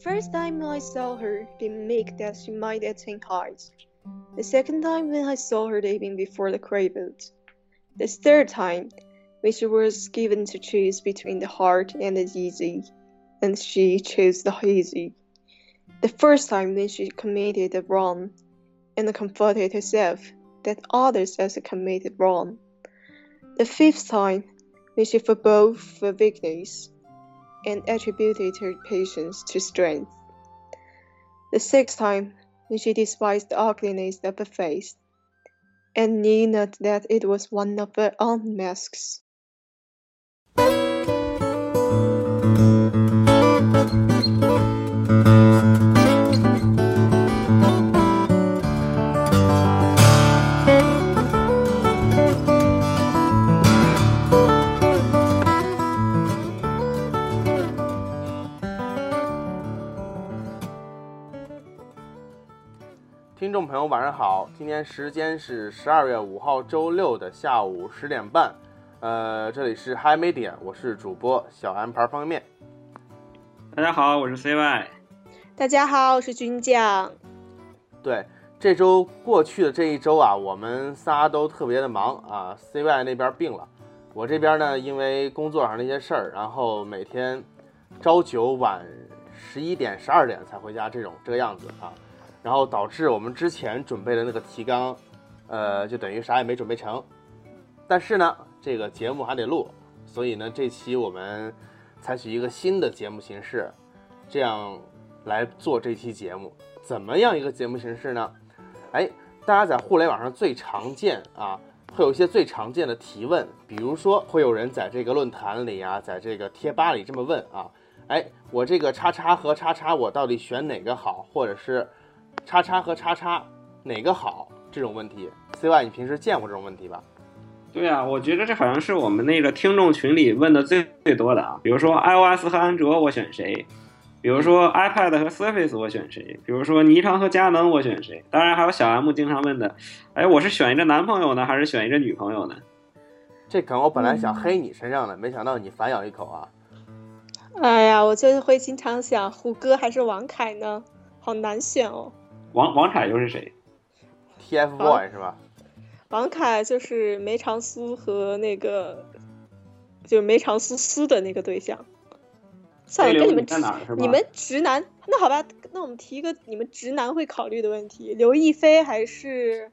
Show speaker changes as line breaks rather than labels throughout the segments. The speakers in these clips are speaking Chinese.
first time I saw her, they make that she might attain heights. The second time when I saw her leaving before the cradle. The third time, when she was given to choose between the hard and the easy, and she chose the easy. The first time when she committed a wrong, and comforted herself that others also committed wrong. The fifth time, when she forbore her weakness, and attributed her patience to strength. The sixth time, when she despised the ugliness of her face, and knew not that it was one of her own masks.
听众朋友，晚上好！今天时间是十二月五号周六的下午十点半，呃，这里是嗨没点，我是主播小安牌方便面。
大家好，我是 CY。
大家好，我是军将。
对，这周过去的这一周啊，我们仨都特别的忙啊，CY 那边病了，我这边呢因为工作上那些事儿，然后每天朝九晚十一点、十二点才回家，这种这个样子啊。然后导致我们之前准备的那个提纲，呃，就等于啥也没准备成。但是呢，这个节目还得录，所以呢，这期我们采取一个新的节目形式，这样来做这期节目。怎么样一个节目形式呢？哎，大家在互联网上最常见啊，会有一些最常见的提问，比如说会有人在这个论坛里啊，在这个贴吧里这么问啊，哎，我这个叉叉和叉叉，我到底选哪个好，或者是？叉叉和叉叉哪个好？这种问题，CY，你平时见过这种问题吧？
对啊，我觉得这好像是我们那个听众群里问的最最多的啊。比如说 iOS 和安卓我选谁？比如说 iPad 和 Surface 我选谁？比如说尼康和佳能我选谁？当然还有小 M 经常问的，哎，我是选一个男朋友呢，还是选一个女朋友呢？
这梗我本来想黑你身上的，没想到你反咬一口啊！
哎呀，我就是会经常想胡歌还是王凯呢，好难选哦。
王王凯又是谁啊
？TFBOY 是吧？
王凯就是梅长苏和那个，就是梅长苏苏的那个对象。算了，跟你们直你们直男，那好吧，那我们提一个你们直男会考虑的问题：刘亦菲还是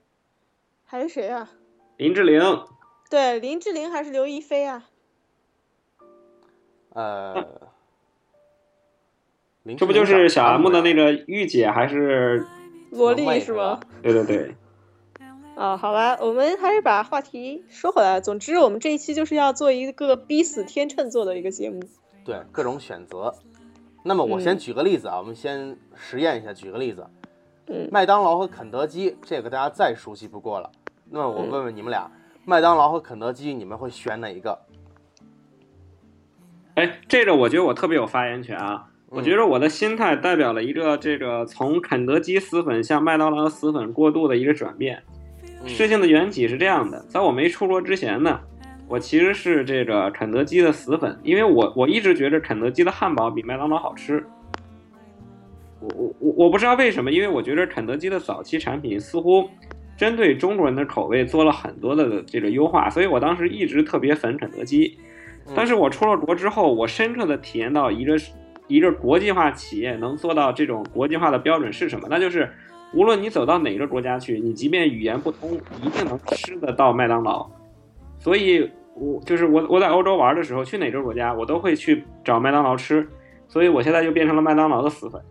还是谁啊？
林志玲。
对，林志玲还是刘亦菲啊？
呃，
这不就是小 M 的
啊
那个御姐还是？
萝莉是吗？
对对对。
啊，好吧，我们还是把话题说回来。总之，我们这一期就是要做一个逼死天秤座的一个节目。
对，各种选择。那么我先举个例子啊，嗯、我们先实验一下。举个例子，
嗯，
麦当劳和肯德基，这个大家再熟悉不过了。那么我问问你们俩，嗯、麦当劳和肯德基，你们会选哪一个？
哎，这个我觉得我特别有发言权啊。我觉得我的心态代表了一个这个从肯德基死粉向麦当劳死粉过渡的一个转变。事情的缘起是这样的，在我没出国之前呢，我其实是这个肯德基的死粉，因为我我一直觉得肯德基的汉堡比麦当劳好吃。我我我我不知道为什么，因为我觉得肯德基的早期产品似乎针对中国人的口味做了很多的这个优化，所以我当时一直特别粉肯德基。嗯但是我出了国之后，我深刻的体验到一个。一个国际化企业能做到这种国际化的标准是什么？那就是无论你走到哪个国家去，你即便语言不通，一定能吃得到麦当劳。所以，我就是我我在欧洲玩的时候，去哪个国家我都会去找麦当劳吃。所以我现在就变成了麦当劳的死粉。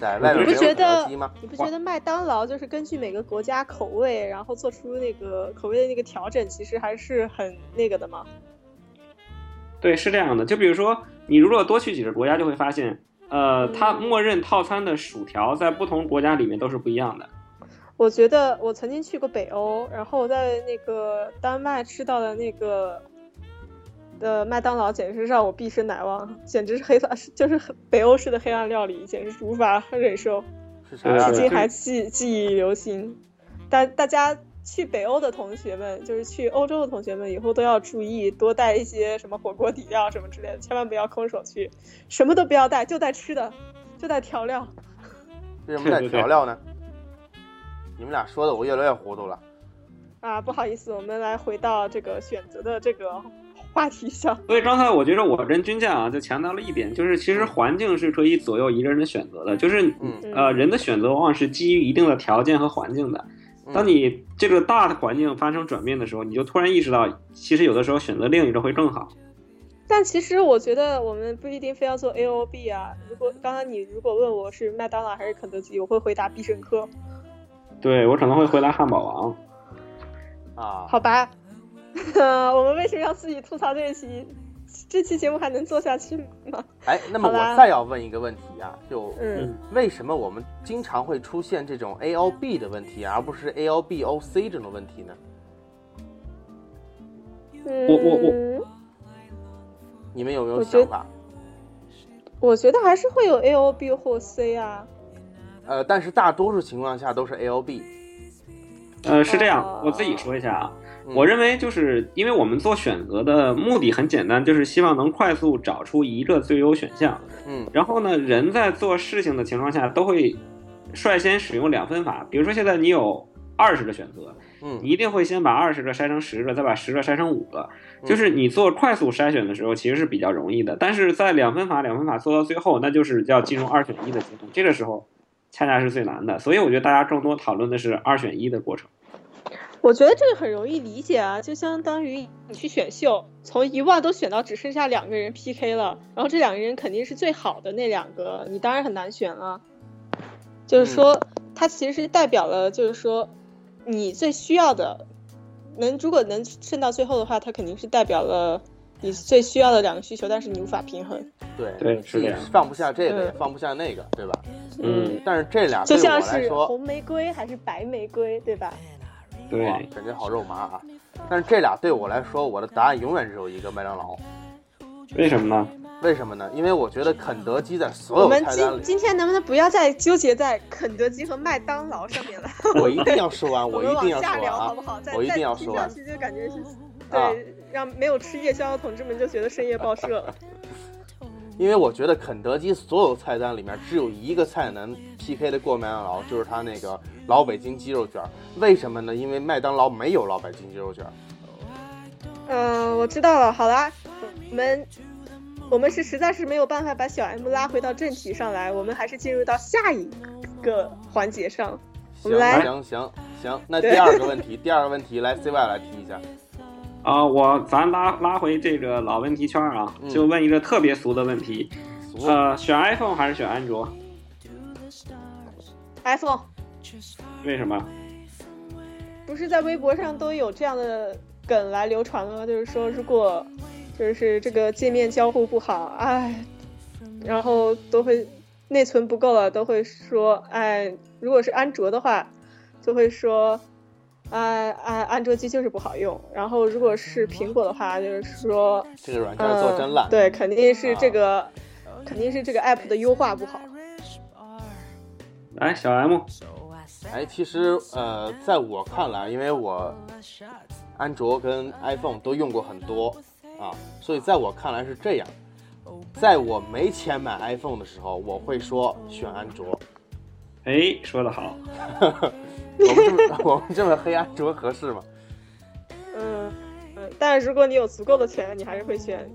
在外面
你不觉得
吗？
你不觉得麦当劳就是根据每个国家口味，然后做出那个口味的那个调整，其实还是很那个的吗？
对，是这样的。就比如说。你如果多去几个国家，就会发现，呃，它默认套餐的薯条在不同国家里面都是不一样的。
我觉得我曾经去过北欧，然后我在那个丹麦吃到的那个的麦当劳，简直让我毕生难忘，简直是黑就是北欧式的黑暗料理，简直是无法忍受，
啊
至今还记记忆犹新。大大家。去北欧的同学们，就是去欧洲的同学们，以后都要注意多带一些什么火锅底料什么之类的，千万不要空手去，什么都不要带，就带吃的，就就得调料。
为什么在
对对对
调料呢？你们俩说的我越来越糊涂了。
啊，不好意思，我们来回到这个选择的这个话题上。
所以刚才我觉得我跟君酱啊，就强调了一点，就是其实环境是可以左右一个人的选择的，就是
嗯，
呃，人的选择往往是基于一定的条件和环境的。
嗯
当你这个大的环境发生转变的时候，你就突然意识到，其实有的时候选择另一个会更好。
但其实我觉得我们不一定非要做 A O B 啊。如果刚刚你如果问我是麦当劳还是肯德基，我会回答必胜客。
对我可能会回答汉堡王，
啊，
好吧， 我们为什么要自己吐槽这一期？这期节目还能做下去吗？
哎，那么
好吧
我再要问一个问题啊，就
嗯，
为什么我们经常会出现这种 A O B 的问题，而不是 A O B O C 这种问题呢？
我
我我
你们有没有
我觉得
想法？
我觉得还是会有 A O B 或 C 啊。
呃，但是大多数情况下都是 A O B。
呃，是这样
哦，
我自己说一下啊，
嗯
我认为就是因为我们做选择的目的很简单，就是希望能快速找出一个最优选项。
嗯
然后呢，人在做事情的情况下都会率先使用两分法，比如说现在你有二十个选择，你
嗯
一定会先把二十个筛成十个，再把十个筛成五个。
嗯
就是你做快速筛选的时候，其实是比较容易的。但是在两分法、两分法做到最后，那就是要进入二选一的阶段，这个时候恰恰是最难的。所以我觉得大家更多讨论的是二选一的过程。
我觉得这个很容易理解啊，就相当于你去选秀，从一万都选到只剩下两个人 PK 了，然后这两个人肯定是最好的那两个，你当然很难选了。就是
嗯
说，它其实代表了，就是说你最需要的，能如果能剩到最后的话，它肯定是代表了你最需要的两个需求，但是你无法平衡。
对
对是
你
这样
放不下这个，也
嗯
放不下那个，对吧？
嗯，
但是这俩
就
对我
像
来
是
说，
红玫瑰还是白玫瑰，对吧？
对
哇，感觉好肉麻啊！但是这俩对我来说，我的答案永远只有一个麦当劳。
为什么呢？
为什么呢？因为我觉得肯德基在所
我
有
们
菜单
今
里，
今天能不能不要再纠结在肯德基和麦当劳上面了？
我一定要说 完，
我
我
们
一
往
定要
下
说完
聊好
啊
不！好？再
我一定要
再
说
听下
完
去就感觉是，
啊
对，让没有吃夜宵的同志们就觉得深夜报社了。
因为我觉得肯德基所有菜单里面只有一个菜能 PK 的过麦当劳，就是它那个老北京鸡肉卷儿。为什么呢？因为麦当劳没有老北京鸡肉卷儿。
嗯、我知道了。好啦，我们我们是实在是没有办法把小 M 拉回到正题上来，我们还是进入到下一个环节上。我
行
们来
行行行，那
对
第二个问题，第二个问题来 CY 来提一下。
啊、我咱拉拉回这个老问题圈儿啊
嗯，
就问一个特别俗的问题，
俗
呃，选 iPhone 还是选安卓？
iPhone
为什么？
不是在微博上都有这样的梗来流传吗？就是说，如果就是这个界面交互不好，哎，然后都会内存不够了，都会说，哎，如果是安卓的话，就会说，哎哎，安卓机就是不好用。然后如果是苹果的话，就是说，
这个软件
嗯，
做真烂。
对，肯定是这个，肯定是这个 app 的优化不好。
来，小 M，
哎，其实呃，在我看来，因为我安卓跟 iPhone 都用过很多啊，所以在我看来是这样。在我没钱买 iPhone 的时候，我会说选安卓。
哎，说得好，
我们这么 我们这么黑安卓合适吗？
嗯嗯，但是如果你有足够的钱，你还是会选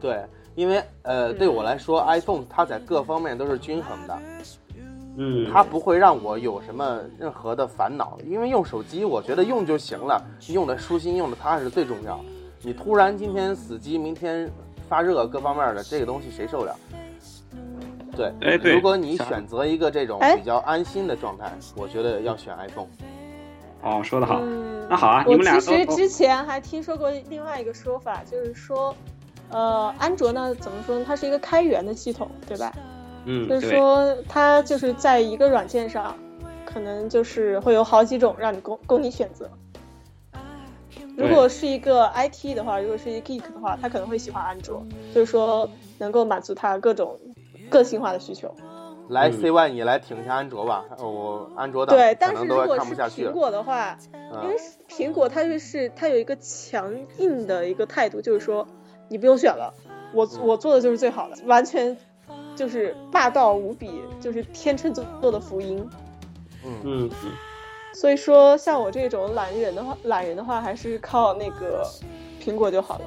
对，因为呃，
嗯
对我来说，iPhone 它在各方面都是均衡的，
嗯，
它不会让我有什么任何的烦恼。因为用手机，我觉得用就行了，用的舒心，用的踏实最重要。你突然今天死机，明天发热，各方面的这个东西谁受了？对，
哎对
如果你
想
选择一个这种
哎
比较安心的状态，我觉得要选 iPhone。
哦，说得好，
嗯
那好啊，你
我
们俩
其
都
实之前还听说过另外一个说法，就是说，呃，安卓呢怎么说呢？它是一个开源的系统，对吧？
嗯，
就是
对，
说它就是在一个软件上，可能就是会有好几种让你供供你选择。如果是一个 IT 的话，如果是一个 geek 的话，他可能会喜欢安卓，就是说能够满足他各种个性化的需求。
来
嗯
，CY，你来挺一下安卓吧，呃我安卓党
对，
可
但是
能
如
都快
果
看
是
不下去
苹
了。
果的话，因
嗯
为苹果它就是它有一个强硬嗯的一个态度，就是说你不用选了，我我做的就是最好的，完全就是霸道无比，就是天秤座的福音。
嗯
嗯嗯，
所以说，像我这种懒人的话，懒人的话还是靠那个苹果就好了。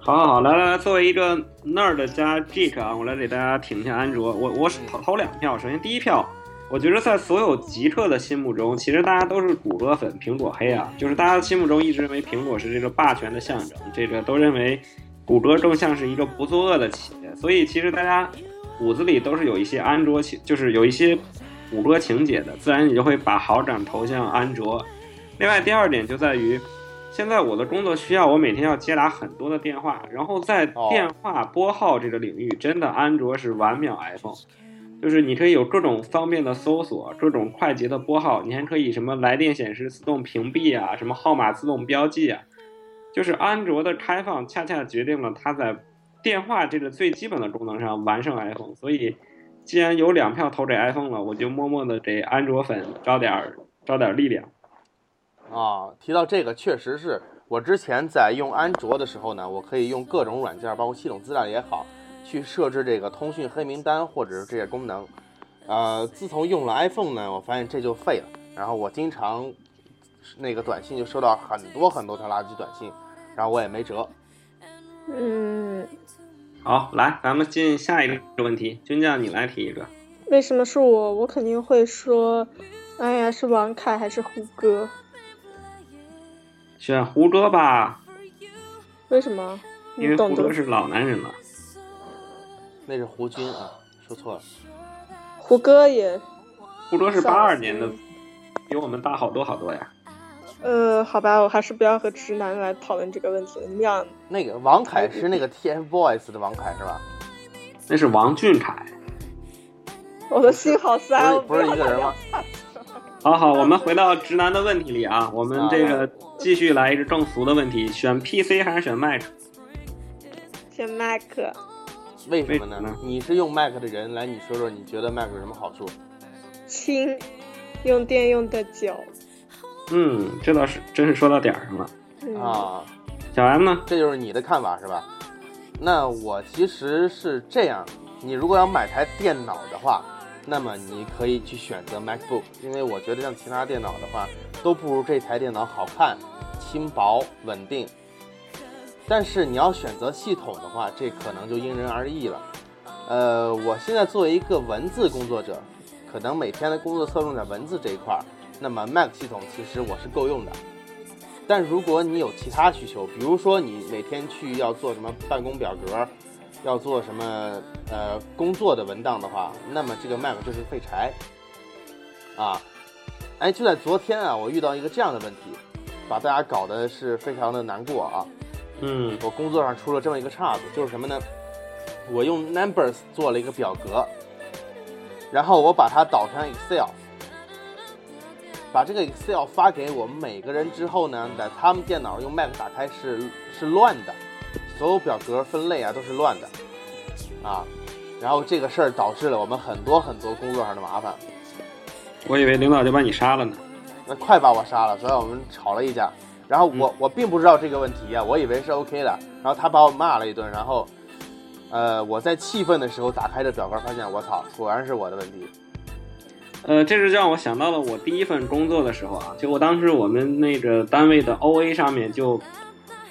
好好好，来来来，作为一个 nerd 加 geek 啊，我来给大家挺一下安卓。我我
嗯
是投投两票，首先第一票，我觉得在所有极客的心目中，其实大家都是谷歌粉、苹果黑啊，就是大家心目中一直认为苹果是这个霸权的象征，这个都认为谷歌更像是一个不作恶的企业，所以其实大家骨子里都是有一些安卓情，就是有一些谷歌情节的，自然你就会把好感投向安卓。另外第二点就在于。现在我的工作需要，我每天要接打很多的电话，然后在
哦
电话拨号这个领域，真的安卓是完秒 iPhone，就是你可以有各种方便的搜索，各种快捷的拨号，你还可以什么来电显示自动屏蔽啊，什么号码自动标记啊，就是安卓的开放恰恰决定了它在电话这个最基本的功能上完胜 iPhone，所以既然有两票投给 iPhone 了，我就默默的给安卓粉招点儿招点儿力量。
啊，提到这个，确实是我之前在用安卓的时候呢，我可以用各种软件，包括系统资料也好，去设置这个通讯黑名单或者是这些功能。呃，自从用了 iPhone 呢，我发现这就废了。然后我经常那个短信就收到很多很多条垃圾短信，然后我也没辙。
嗯，
好，来，咱们进下一个问题，军将你来提一个。
为什么是我？我肯定会说，哎呀，是王凯还是胡歌？
选胡歌吧，
为什么？
因为
你懂
胡
得
歌是老男人了。
那是胡军啊，说错了。
胡歌也，
胡歌是
上
八二
次
年的，比我们大好多好多呀。
呃，好吧，我还是不要和直男来讨论这个问题了。你俩
那个王凯是那个 TFBOYS 的王凯是吧？
那是王俊凯。
我的心好
不
塞，
是
啊我
不是一个人吗？
好好，我们回到直男的问题里啊，我们这个继续来一个更俗的问题，选 PC 还是选 Mac？
选 Mac，
为什么
为什么
呢
呢？
你是用 Mac 的人，来你说说你觉得 Mac 有什么好处？
轻，用电用的久。
嗯，这倒是，真是说到点儿上了。
嗯，
啊，
小 M 呢？
这就是你的看法是吧？那我其实是这样，你如果要买台电脑的话，那么你可以去选择 MacBook，因为我觉得像其他电脑的话，都不如这台电脑好看、轻薄、稳定。但是你要选择系统的话，这可能就因人而异了。呃，我现在作为一个文字工作者，可能每天的工作侧重在文字这一块儿，那么 Mac 系统其实我是够用的。但如果你有其他需求，比如说你每天去要做什么办公表格，要做什么呃工作的文档的话，那么这个 Mac 就是废柴啊。哎，就在昨天啊，我遇到一个这样的问题，把大家搞得是非常的难过啊。
嗯
我工作上出了这么一个岔子，就是什么呢？我用 Numbers 做了一个表格，然后我把它导成 Excel，把这个 Excel 发给我们每个人之后呢，在他们电脑用 Mac 打开是是乱的，所有表格分类啊都是乱的，啊，然后这个事儿导致了我们很多很多工作上的麻烦。
我以为领导就把你杀了呢。
那快把我杀了，所以我们吵了一架。然后
嗯
我我并不知道这个问题啊，我以为是 OK 的。然后他把我骂了一顿，然后，呃，我在气愤的时候打开这表格，发现我操，果然是我的问题。
呃，这是让我想到了我第一份工作的时候啊，就我当时我们那个单位的 O A 上面就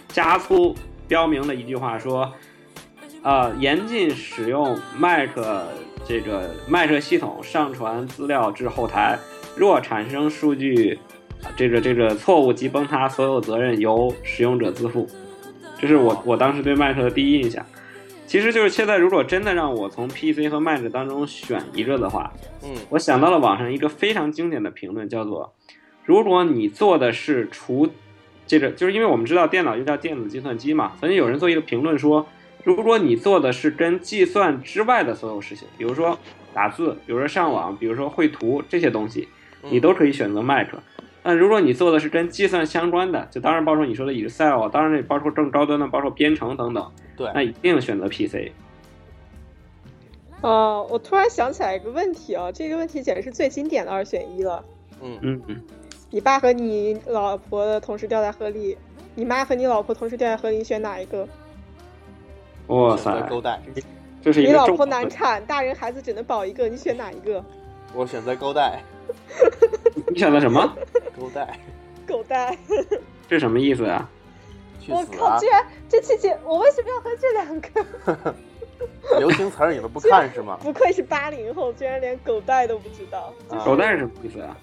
加粗标明了一句话说，呃，严禁使用 Mac 这个 Mac 系统上传资料至后台，若产生数据呃这个这个错误及崩塌，所有责任由使用者自负。这是我我当时对 Mac 的第一印象。其实就是现在，如果真的让我从 PC 和 Mac 当中选一个的话，
嗯
我想到了网上一个非常经典的评论，叫做“如果你做的是除这个，就是因为我们知道电脑又叫电子计算机嘛，曾经有人做一个评论说，如果你做的是跟计算之外的所有事情，比如说打字，比如说上网，比如说绘图这些东西，
嗯
你都可以选择 Mac。但如果你做的是跟计算相关的，就当然包括你说的 Excel，啊当然也包括更高端的，包括编程等等，
对
那一定选择 PC。
哦，我突然想起来一个问题啊，这个问题简直是最经典的二选一了。
嗯
嗯嗯，
你爸和你老婆同时掉在河里，你妈和你老婆同时掉在河里，你选哪一个？
哇
选择
塞，
勾带，
这是一
你
个
老
重
婆
要
难
的。
产，大人孩子只能保一个，你选哪一个？
我选择勾带，
你选的什么？
勾带，
狗蛋！
这什么意思啊？
去
我
死
靠，
啊
居！然这期节我为什么要和这两个？
流行词儿你都不看是吗？
不愧是八零后，居然连狗带都不知道。
啊
狗蛋是什么意思啊？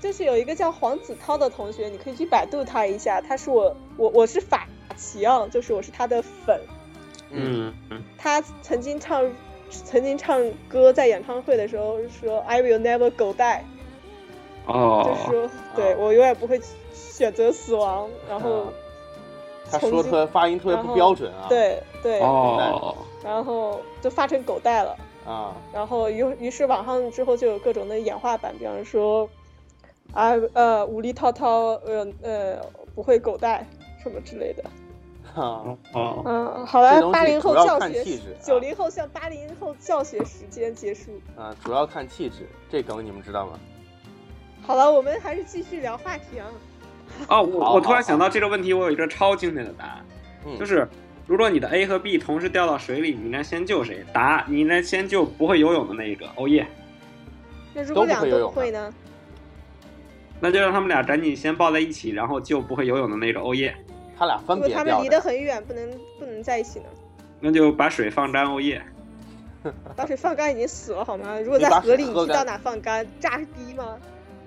就是有一个叫黄子韬的同学，你可以去百度他一下，他是我我我是法奇昂，就是我是他的粉。
嗯，
嗯，
他曾经唱曾经唱歌，在演唱会的时候说 “I will never go die”，就
哦嗯
是，说对
啊
我永远不会选择死亡。然后
啊他说
曾经
的发音特别不标准啊。
对对，
哦，
然后就发成狗带了。
啊，
然后于于是网上之后就有各种的演化版，比方说啊呃无力滔滔呃呃不会狗带什么之类的。
哈，
哦，
嗯，好
这
了，
东西
八零后
主要
教
看
学
气质啊
九零后向八零后教学时间结束。
啊，主要看气质，这梗你们知道吗？
好了，我们还是继续聊话题啊。
哦，
好
我
好
我突然想到这个问题，我有一个超经典的答案，
嗯，
就是如果你的 A 和 B 同时掉到水里，你应该先救谁？答，你应该先救不会游泳的那一个。哦耶，
那如果
都不
两
会
个
游
不
泳
会呢？
那就让他们俩赶紧先抱在一起，然后救不会游泳的那个。哦耶，
他俩
如
分
果
别
他们
掉
离得
的，
很远，不能不能在一起呢？
那就把水放干。哦耶，
当时放干已经死了好吗？如果
你
在
把
河
水
里，你
喝
去到
干
哪放干？炸逼吗？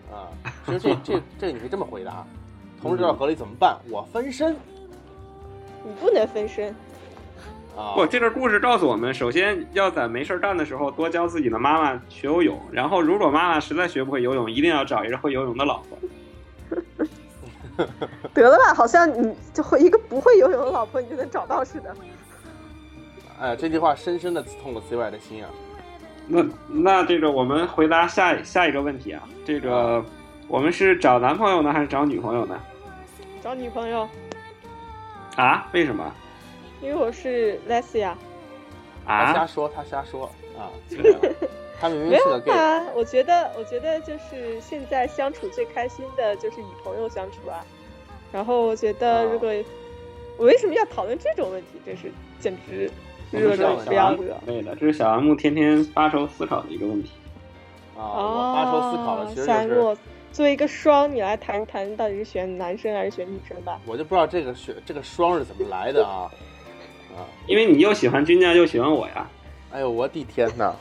啊，其实这这这你可以这么回答：啊同时掉到河里怎么办？我分身
你不能分身。
啊
不，，这个故事告诉我们，首先要在没事儿干的时候多教自己的妈妈学游泳，然后如果妈妈实在学不会游泳，一定要找一个会游泳的老婆。
得了吧，好像你就会一个不会游泳的老婆，你就能找到似的。
哎，这句话深深的刺痛了 CY 的心啊。
那那这个我们回答下下一个问题啊，这个我们是找男朋友呢还是找女朋友呢？
找女朋友，
啊？为什么？
因为我是啊 Lesia。
他瞎
啊？
说，他瞎说 啊，
对啊
他明
没
明是
有
个 gay，
啊，我觉得，我觉得就是现在相处最开心的就是与朋友相处啊。然后我觉得，
哦
如果、我为什么要讨论这种问题，真是简直
我
热
们是
的
要
不要
小
热。
对的，这是小 M 天天发愁思考的一个问题。
啊，我发愁思考了，其实
夏
就是
洛，作哦为一个双，你来谈一谈，到底是选男生还是选女生吧？
我就不知道这个学这个双是怎么来的啊啊！
因为你又喜欢君家又喜欢我呀，
哎呦，我的天哪！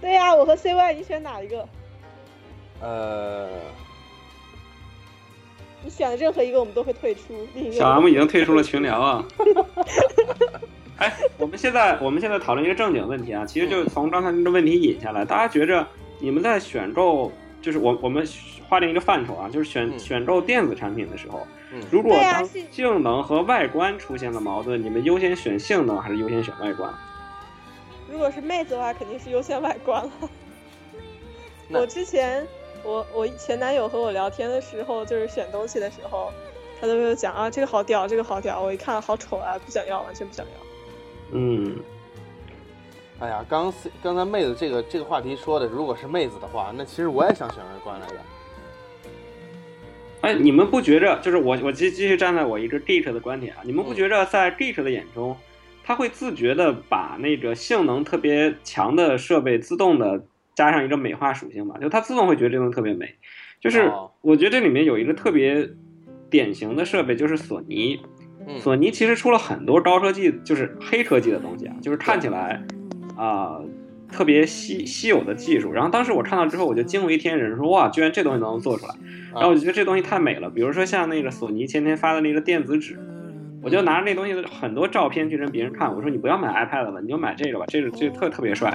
对呀、我和 CY，你选哪一个？
呃，
你选的任何一个，我们都会退出。另一个
小
啊
M 已经退出了群聊啊。 哎，我们现在我们现在讨论一个正经问题啊，其实就是从刚才那个问题引下来，大家觉着你们在选购，就是我我们划定一个范畴啊，就是选、
嗯
选购电子产品的时候，
嗯，
如果
对啊
当
是
性能和外观出现了矛盾，你们优先选性能还是优先选外观？
如果是妹子的话，肯定是优先外观了。
那
我之前，我我前男友和我聊天的时候，就是选东西的时候，他都没有讲啊，这个好屌，这个好屌。我一看好丑啊，不想要，完全不想要。
嗯，
哎呀，刚刚才妹子这个这个话题说的，如果是妹子的话，那其实我也想选外观来的。
哎，你们不觉着就是我我继继续站在我一个 geek 的观点啊，你们不觉着在 geek 的眼中，他会自觉的把那个性能特别强的设备自动的加上一个美化属性嘛？就他自动会觉得这东西特别美。就是
哦
我觉得这里面有一个特别典型的设备，就是索尼。
嗯，
索尼其实出了很多高科技，就是黑科技的东西啊，就是看起来啊、特别稀稀有的技术。然后当时我看到之后，我就惊为天人，说哇，居然这东西能做出来。然后我就觉得这东西太美了，比如说像那个索尼前天发的那个电子纸。我就拿着那东西的很多照片去跟别人看，我说你不要买 iPad 了，你就买这个吧，这个这个特特别帅。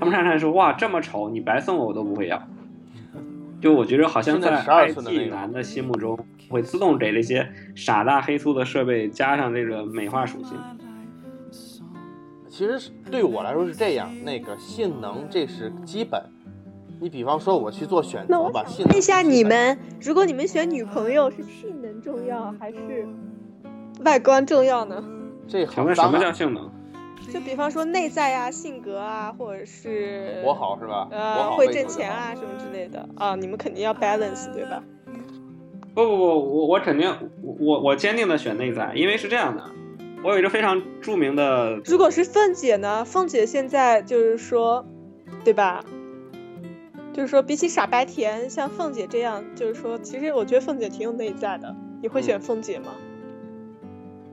他们看看说哇这么丑，你白送我我都不会要。就我觉得好像
现在
在
12寸的那个
IT 男的心目中，会自动给那些傻大黑粗的设备加上这个美化属性。
其实是对我来说是这样，那个性能这是基本。你比方说我去做选
那
择
我
吧，
想
性能
问一下
是基
你
本
们，如果你们选女朋友，是性能重要还是外观重要呢？
这
请
很
问什
脏
么叫
啊，
性能？
就比方说内在啊、性格啊，或者是
我好是吧？我
呃
好
会
那
挣
种
钱
的
啊什么之类的啊，你们肯定要 balance 对吧？
不不不，我我肯定我我我坚定的选内在，因为是这样的，我有一个非常著名的，
如果是凤姐呢？凤姐现在就是说，对吧？就是说，比起傻白甜，像凤姐这样，就是说，其实我觉得凤姐挺有内在的。你会选凤姐吗？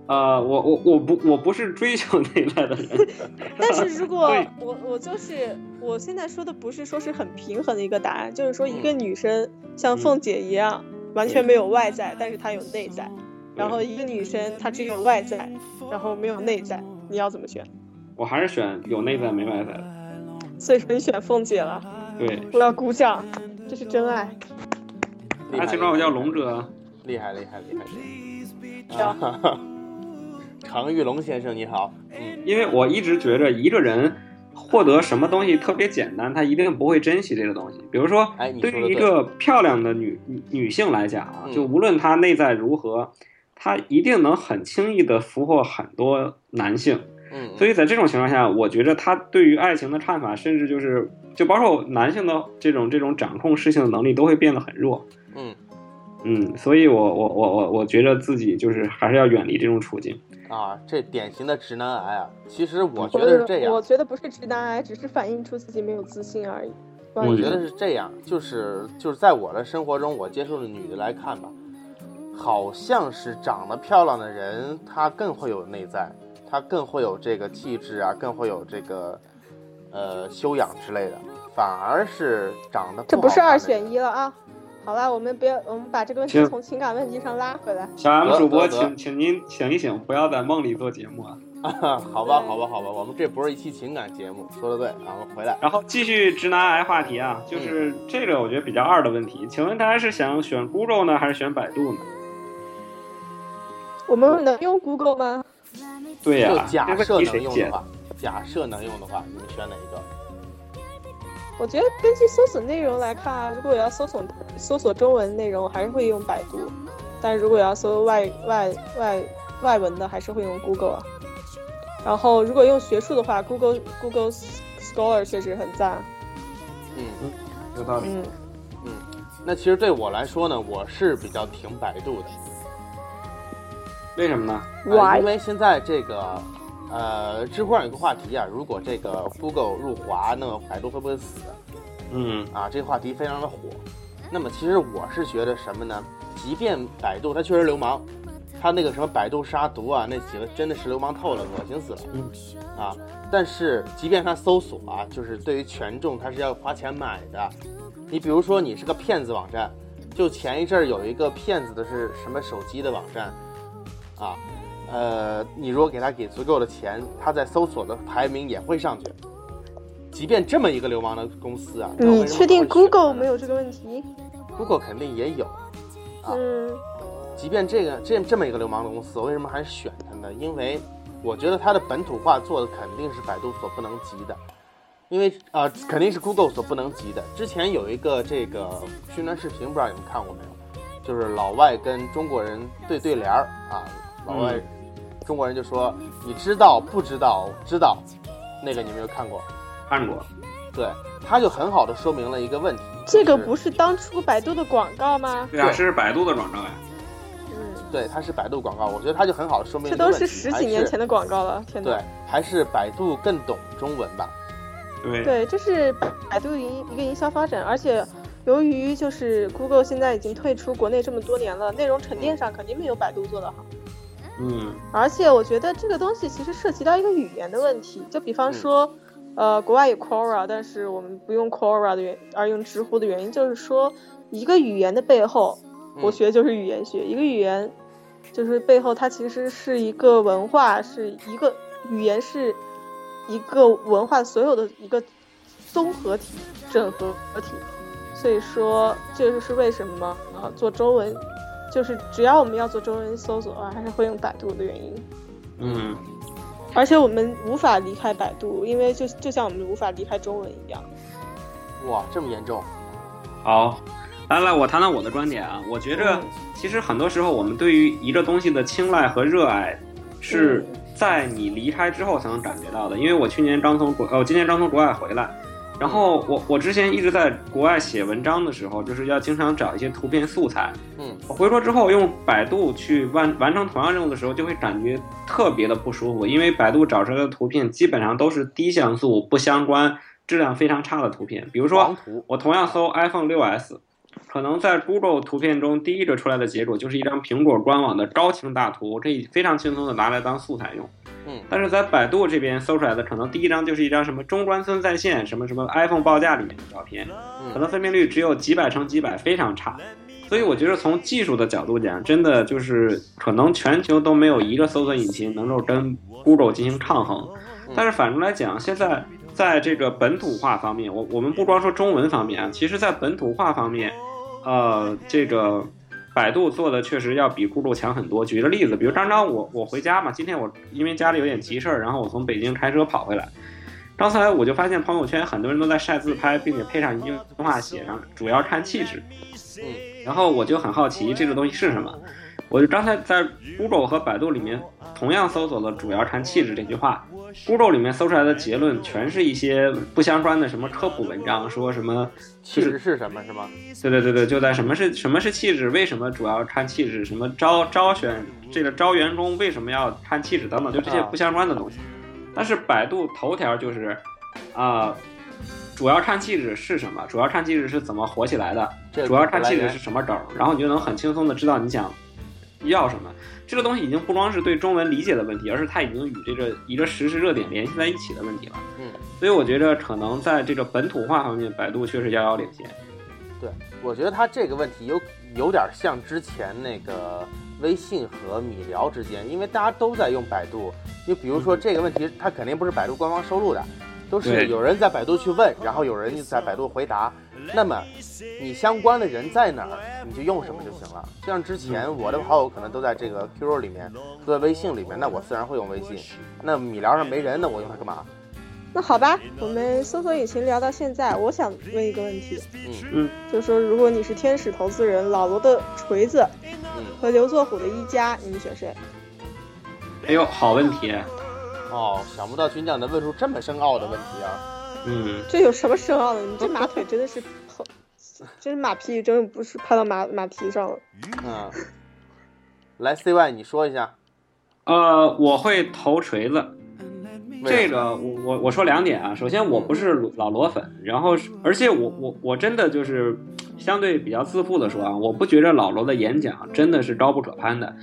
呃，我我我不我不是追求那一类的人，
但是如果
对
我我就是我现在说的不是说是很平衡的一个答案，就是说一个女生像凤姐一样、完全没有外在，但是她有内在；然后一个女生她只有外在，然后没有内在，你要怎么选？
我还是选有内在没外在的。
所以说你选凤姐了，
对，
我要鼓掌，这是真爱。
大家请管我叫龙哥。
厉害厉害厉害厉害！啊哈 哈，常玉龙先生你好，嗯
因为我一直觉着一个人获得什么东西特别简单，他一定不会珍惜这个东西。比如说
哎你，说
对
得
于一个漂亮的女女女性来讲啊
嗯，
就无论她内在如何，她一定能很轻易的俘获很多男性。
嗯，
所
以
以在这种情况下，我觉着她对于爱情的看法，甚至就是就包括男性的这种这种掌控事情的能力，都会变得很弱。
嗯
嗯，所以我我我我我觉着自己就是还是要远离这种处境。
啊，这典型的直男癌啊，其实我觉得是这样
我，觉得不是直男癌，只是反映出自己没有自信而已。
我
我
嗯
觉得是这样，就是就是在我的生活中，我接触的女的来看吧，好像是长得漂亮的人，她更会有内在，她更会有这个气质啊，更会有这个呃修养之类的，反而是长得
这
不
不是
好看
二
的
选
人
一了啊！好了，我们别，我们把这个问题
行
从情感问题上拉回来。
小 M
得
主播，
得
请请您醒一醒，不要在梦里做节目啊。
好吧，好吧，好吧，我们这不是一期情感节目，说的对，啊，我们回来。
然后继续直男癌话题啊，就是
嗯
这个我觉得比较二的问题，请问大家是想选 Google 呢，还是选百度呢？
我们能用 Google 吗？
对呀、
就
啊，
假
这
设
问题谁
能用
解
的？话，假设能用的话，你们选哪一个？
我觉得根据搜索内容来看啊，如果我要搜索搜索中文内容，我还是会用百度；但如果要搜外外外外文的，还是会用 Google 啊。然后如果用学术的话，Google Google Scholar 确实很赞。啊
嗯，
有道理。
嗯，
那其实对我来说呢，我是比较挺百度的，
为什么呢？
呃、因
Why？
为现在这个，呃，知乎上有个话题啊，如果这个 Google 入华，那么百度会不会死
嗯
啊？这个话题非常的火。那么其实我是觉得什么呢？即便百度它确实流氓，它那个什么百度杀毒啊，那几个真的是流氓透了，恶心死了。
嗯
啊，但是即便它搜索啊，就是对于权重它是要花钱买的。你比如说你是个骗子网站，就前一阵儿有一个骗子的是什么手机的网站，啊，呃，你如果给他给足够的钱，他在搜索的排名也会上去。即便这么一个流氓的公司啊，
你确定 Google 没
有
有这个问题？
？Google 肯定也有。啊
嗯，
即便这个这这么一个流氓的公司，我为什么还是选它呢？因为我觉得它的本土化做的肯定是百度所不能及的，因为啊、呃肯定是 Google 所不能及的。之前有一个这个宣传视频，不知道你们看过没有？就是老外跟中国人对对联儿啊，老外、
嗯
中国人就说你知道不知道知道，那个你没有看过？
看过。
对，他就很好的说明了一个问题，
这个
就是
不是当初百度的广告吗？
对啊，
对
是百度的广告呀。
嗯，
对，它是百度广告，我觉得它就很好的说明
这
一个
都
问
是
题
十几年
还是
前的广告了，天哪！
对，还是百度更懂中文吧。
对，
对，这是百度营一个营销发展，而且由于就是 Google 现在已经退出国内这么多年了，内容沉
嗯
淀上肯定没有百度做得好。
嗯
而且我觉得这个东西其实涉及到一个语言的问题，就比方说，呃，国外有 Quora，但是我们不用 Quora 的原，而用知乎的原因就是说，一个语言的背后，我
嗯
学就是语言学，一个语言就是背后它其实是一个文化，是一个语言是一个文化所有的一个综合体、整合体，所以说这就是为什么啊做中文。就是只要我们要做中文搜索啊，还是会用百度的原因。
嗯，
而且我们无法离开百度，因为就就像我们无法离开中文一样。
哇，这么严重？
好。来来，我谈谈我的观点啊。我觉着
嗯，
其实很多时候我们对于一个东西的青睐和热爱，是哦在你离开之后才能感觉到的。因为我去年刚从国，呃，我今年刚从国外回来，然后我我之前一直在国外写文章的时候，就是要经常找一些图片素材。
嗯，
我回国之后用百度去完完成同样任务的时候，就会感觉特别的不舒服，因为百度找出来的图片基本上都是低像素、不相关、质量非常差的图片。比如说
黄，图，
我同样搜 iPhone 6s，可能在 Google 图片中第一个出来的结果就是一张苹果官网的高清大图，可以非常轻松的拿来当素材用。
嗯
但是在百度这边搜出来的，可能第一张就是一张什么中关村在线什么什么 iPhone 报价里面的照片，可
嗯
能分辨率只有几百乘几百，非常差。所以我觉得从技术的角度讲，真的就是可能全球都没有一个搜索引擎能够跟 Google 进行抗衡。但是反过来讲，现在在这个本土化方面，我我们不光说中文方面啊，其实在本土化方面，呃，这个百度做的确实要比 Google 强很多。举个例子，比如刚刚我我回家嘛，今天我因为家里有点急事儿，然后我从北京开车跑回来。刚才我就发现朋友圈很多人都在晒自拍，并且配上一句话写上“主要看气质”。然后我就很好奇这个东西是什么。我就刚才在 Google 和百度里面同样搜索了“主要看气质”这句话，Google 里面搜出来的结论全是一些不相关的什么科普文章，说什么
气质是什么？是吗？
对对对对，就在什么是什么是气质，为什么主要看气质，什么招招选这个招员工为什么要看气质等等，就这些
啊
不相关的东西。但是百度头条就是，啊、主要看气质是什么，主要看气质是怎么火起来的，
这个
主要看
来
气
源
质是什么梗儿，然后你就能很轻松的知道你想要什么。这个东西已经不光是对中文理解的问题，而是它已经与这个一个时事热点联系在一起的问题了。
嗯，
所以我觉得可能在这个本土化方面，百度确实遥遥领先。
对，我觉得他这个问题有有点像之前那个微信和米聊之间，因为大家都在用百度。就比如说这个问题，它肯定不是百度官方收录的，都是
对
有人在百度去问，然后有人在百度回答。那么你相关的人在哪儿，你就用什么就行了。就像之前我的好友可能都在这个 QQ 里面，都在微信里面，那我自然会用微信。那米聊上没人，那我用它干嘛？
那好吧，我们搜索引擎聊到现在，我想问一个问题，
嗯
嗯，
就是说如果你是天使投资人老罗的锤子
嗯，
和刘作虎的一加，你们选谁？
哎呦，好问题。
哦，想不到军将能问出这么深奥的问题啊！
嗯，
这有什么深奥的？你这马腿真的是碰，这是马屁，真的不是拍到马马蹄上了。
嗯，来 CY 你说一下，
呃，我会投锤子。
为嗯
这
啥
个我我我说两点啊，首先我不是老罗粉，然后
嗯
是而且我我我真的就是相对比较自负的说啊，我不觉着老罗的演讲真的是高不可攀的，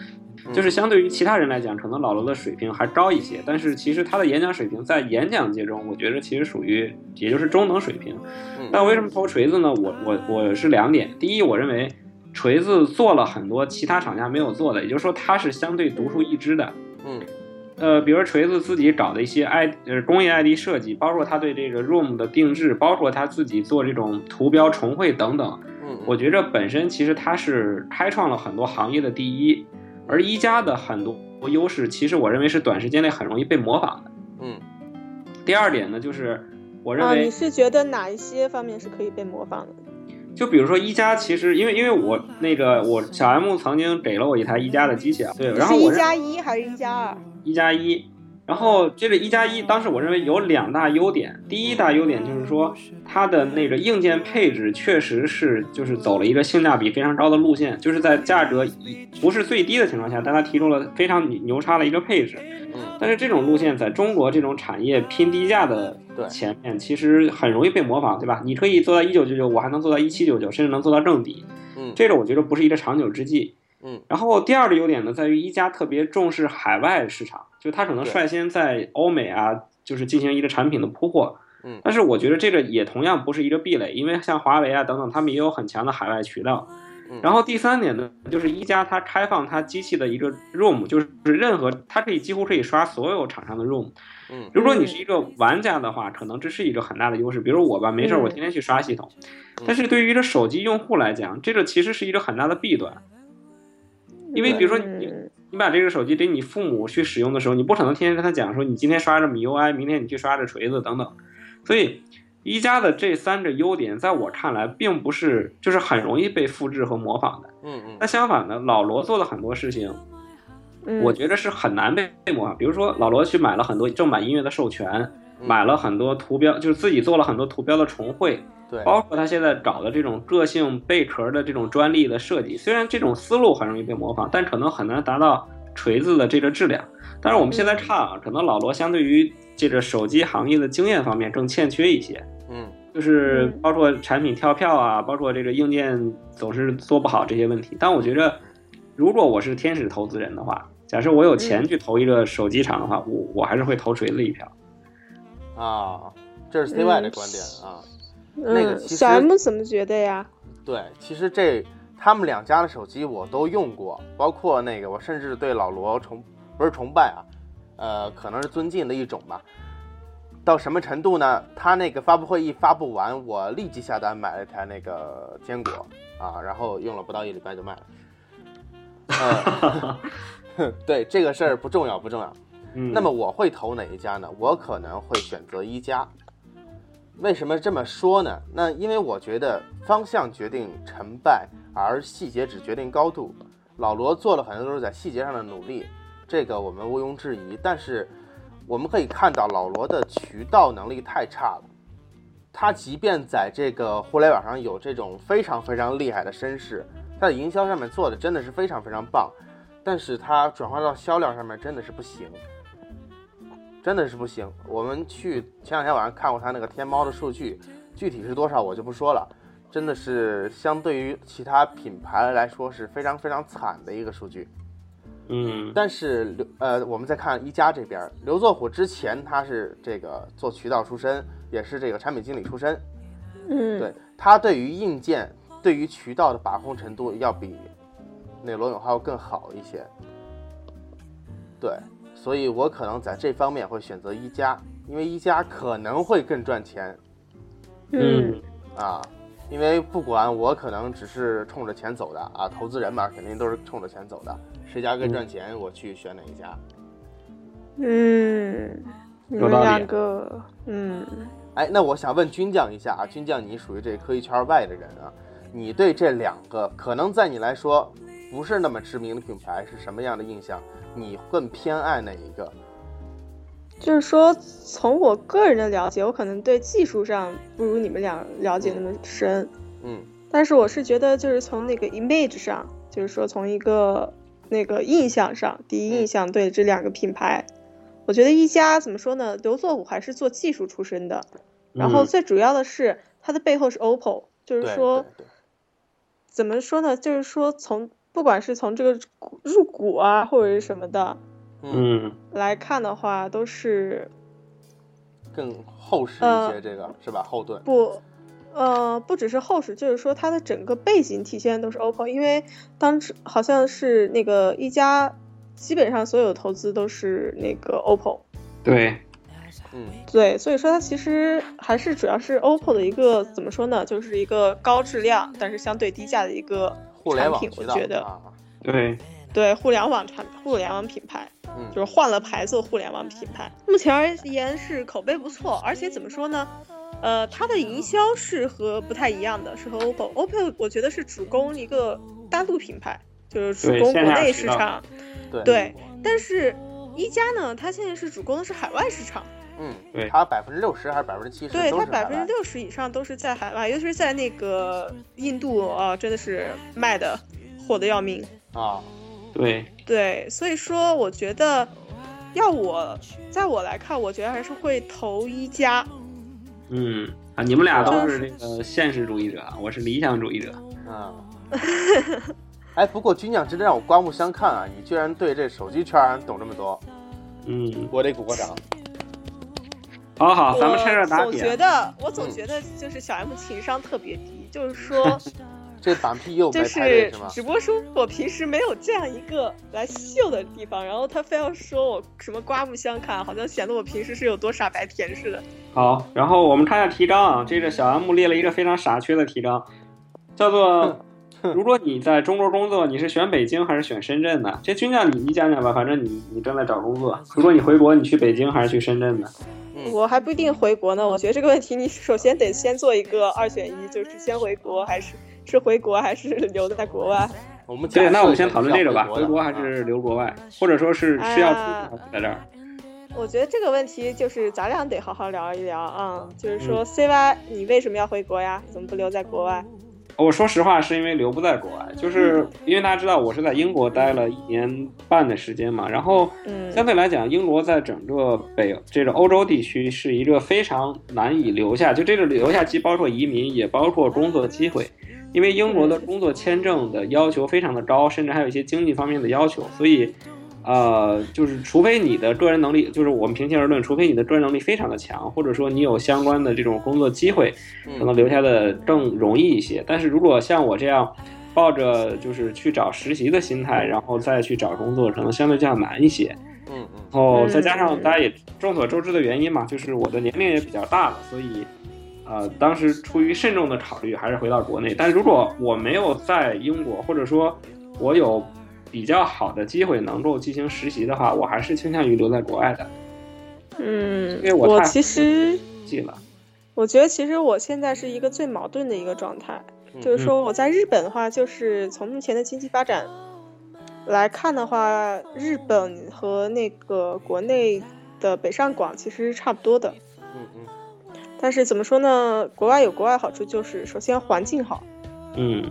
嗯
就是相对于其他人来讲，可能老罗的水平还高一些，但是其实他的演讲水平在演讲界中，我觉得其实属于也就是中等水平。
嗯
但为什么投锤子呢？我我我是两点，第一，我认为锤子做了很多其他厂家没有做的，也就是说它是相对独树一帜的。
嗯
呃，比如锤子自己搞的一些 i 呃工业 ID 设计，包括他对这个 ROM 的定制，包括他自己做这种图标重绘等等，
嗯，
我觉着本身其实它是开创了很多行业的第一，而一加的很多优势，其实我认为是短时间内很容易被模仿的。
嗯
第二点呢，就是我认
啊，
为、
你是觉得哪一些方面是可以被模仿的？
就比如说一加，其实因为因为我那个我小 M 曾经给了我一台一加的机器啊，对，
你
然
是
后我
一
认
加一还是一加二？
一加一，然后这个一加一，当时我认为有两大优点，第一大优点就是说它的那个硬件配置确实是就是走了一个性价比非常高的路线，就是在价格一不是最低的情况下，但它提供了非常牛牛叉的一个配置。
嗯
但是这种路线在中国这种产业拼低价的
对
前面，其实很容易被模仿，对吧？你可以做到一九九九，我还能做到一七九九，甚至能做到更低。
嗯
这个我觉得不是一个长久之计。
嗯，
然后第二个优点呢，在于一加特别重视海外市场，就它可能
对
率先在欧美啊，就是进行一个产品的铺货。
嗯
但是我觉得这个也同样不是一个壁垒，因为像华为啊等等，他们也有很强的海外渠道。
嗯
然后第三点呢，就是一加它开放它机器的一个 ROM，就是任何它可以几乎可以刷所有厂商的 ROM。
嗯
如果你是一个玩家的话，可能这是一个很大的优势。比如我吧，没事儿
嗯
我天天去刷系统
嗯，
但是对于一个手机用户来讲，这个其实是一个很大的弊端。因为比如说你
嗯
你把这个手机给你父母去使用的时候，你不可能天天跟他讲说你今天刷着米 UI，明天你去刷着锤子等等。所以，一加的这三个优点，在我看来，并不是就是很容易被复制和模仿的。
嗯
那
嗯
相反呢，老罗做的很多事情，
嗯
我觉得是很难被被模仿。比如说，老罗去买了很多正版音乐的授权，买了很多图标，就是自己做了很多图标的重绘，
对，
包括他现在搞的这种个性贝壳的这种专利的设计。虽然这种思路很容易被模仿，但可能很难达到锤子的这个质量。但是我们现在看啊，可能老罗相对于这个手机行业的经验方面更欠缺一些，
嗯
就是包括产品跳票啊，包括这个硬件总是做不好这些问题。但我觉着，如果我是天使投资人的话，假设我有钱
嗯
去投一个手机厂的话，我我还是会投锤子一票。
啊，这是 CY 的观点啊。那个
嗯，
其实
小 M 怎么觉得呀？
对，其实这他们两家的手机我都用过，包括那个我甚至对老罗崇不是崇拜啊，呃，可能是尊敬的一种吧。到什么程度呢？他那个发布会一发布完，我立即下单买了一台那个坚果啊，然后用了不到一礼拜就卖了。呃， 对这个事儿不重要，不重要。
嗯，
那么我会投哪一家呢？我可能会选择一加。为什么这么说呢？那因为我觉得方向决定成败，而细节只决定高度。老罗做了很多都是在细节上的努力，这个我们毋庸置疑。但是我们可以看到，老罗的渠道能力太差了。他即便在这个互联网上有这种非常非常厉害的身世，他在营销上面做的真的是非常非常棒，但是他转化到销量上面真的是不行。真的是不行。我们去前两天晚上看过他那个天猫的数据，具体是多少我就不说了，真的是相对于其他品牌来说是非常非常惨的一个数据。
嗯，
但是刘呃，我们再看一加这边儿，刘作虎之前他是这个做渠道出身，也是这个产品经理出身，
嗯，
对他对于硬件、对于渠道的把控程度要比那罗永浩更好一些。对，所以我可能在这方面会选择一加，因为一加可能会更赚钱
嗯，
啊。因为不管我可能只是冲着钱走的啊，投资人嘛，肯定都是冲着钱走的，谁家更赚钱，我去选哪一家。
嗯，你
有
们
道理
两个，嗯，
哎，那我想问军将一下啊，军将你属于这科技圈外的人啊，你对这两个可能在你来说不是那么知名的品牌是什么样的印象？你更偏爱哪一个？
就是说从我个人的了解，我可能对技术上不如你们俩了解那么深，
嗯
但是我是觉得就是从那个 image 上，就是说从一个那个印象上，第一
嗯
印象对这两个品牌，我觉得一加怎么说呢？刘作虎还是做技术出身的，然后
嗯
最主要的是它的背后是 OPPO，就
对
是
对
说。
对，
怎么说呢？就是说从不管是从这个股入股啊，或者是什么的
嗯，
嗯，
来看的话，都是
更厚实一
呃
些，这个、是吧？后盾。
不，呃，不只是后世，就是说它的整个背景体现都是 OPPO，因为当时好像是那个一加，基本上所有投资都是那个 OPPO，
对，
嗯
对，所以说它其实还是主要是 OPPO 的一个怎么说呢，就是一个高质量但是相对低价的一个
互联
产
网
品，
渠
我
道
觉得
啊，
对，
对互联网产互联网品牌。
嗯
就是换了牌子，互联网品牌。目前而言是口碑不错，而且怎么说呢？呃，它的营销是和不太一样的，是和 OPPO，OPPO 我觉得是主攻一个大陆品牌，就是主
对
攻
线
国
下
内
渠
市
道
场。
对
对，但是一加呢，它现在是主攻的是海外市场，
嗯，
对
它百分之六十还是百分之七十
对
都
它
是海
百分之
外。
六十以上都是在海外，尤其是在那个印度啊、真的是卖的火的要命。
啊，
对，
对，所以说我觉得，要我在我来看，我觉得还是会投一加。
嗯啊，你们俩都是
就
这个现实主义者，啊我是理想主义者。
嗯。 哎，不过军将真的让我刮目相看啊！你居然对这手机圈儿还懂这么多，
嗯，
我得鼓个掌。
好好，咱们
我
趁热打啊
总觉
铁。
得，我
嗯
总觉得就是小 M 情商特别低， 就是说，
这板屁又
就
没排队
是
是吗？
只不过说我平时没有这样一个来秀的地方，然后他非要说我什么刮目相看，好像显得我平时是有多傻白甜似的。
好，然后我们看一下提纲啊，这个小 M 列了一个非常傻缺的提纲，叫做如果你在中国工作，你是选北京还是选深圳呢？这军将你你讲讲吧，反正你你正在找工作，如果你回国，你去北京还是去深圳呢？
嗯
我还不一定回国呢。我觉得这个问题，你首先得先做一个二选一，就是先回国还是是回国还是留在国外。
我们假
对，
设
那我们
一下
先讨论这个吧，
是要
回国
的
还是留国外，或者说是是要出
啊
国还是在这儿？
我觉得这个问题就是咱俩得好好聊一聊啊、就是说 CY 你为什么要回国呀？怎么不留在国外？
哦我说实话，是因为留不在国外，就是因为大家知道我是在英国待了一年半的时间嘛，然后
嗯
相对来讲，英国在整个北这个欧洲地区是一个非常难以留下，就这个留下既包括移民，也包括工作机会，因为英国的工作签证的要求非常的高，甚至还有一些经济方面的要求，所以。呃，就是除非你的个人能力，就是我们平心而论，除非你的个人能力非常的强，或者说你有相关的这种工作机会，可能
嗯
留下的更容易一些。但是如果像我这样，抱着就是去找实习的心态，然后再去找工作，可能相对较难一些。
嗯嗯，
然后
嗯
哦再加上大家也众所周知的原因嘛，就是我的年龄也比较大了，所以，呃，当时出于慎重的考虑，还是回到国内。但如果我没有在英国，或者说我有比较好的机会能够进行实习的话，我还是倾向于留在国外的。
嗯
因为，
我
太
其实
记了，
我觉得其实我现在是一个最矛盾的一个状态，
嗯
就是说我在日本的话，就是从目前的经济发展来看的话，日本和那个国内的北上广其实是差不多的。
嗯嗯
但是怎么说呢？国外有国外好处，就是首先环境好，
嗯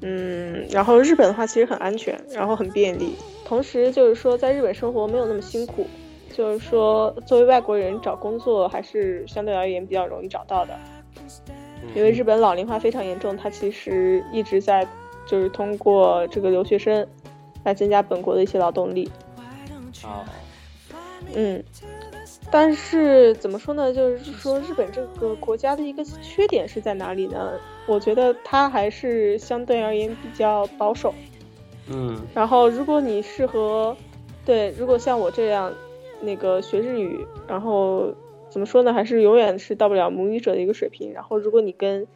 嗯，然后日本的话其实很安全，然后很便利，同时就是说在日本生活没有那么辛苦，就是说作为外国人找工作还是相对而言比较容易找到的。
嗯，
因为日本老龄化非常严重，它其实一直在就是通过这个留学生来增加本国的一些劳动力。
啊，
嗯，但是怎么说呢？就是说日本这个国家的一个缺点是在哪里呢？我觉得它还是相对而言比较保守。
嗯
然后如果你适合，对，如果像我这样那个学日语，然后怎么说呢，还是永远是到不了母语者的一个水平。然后如果你跟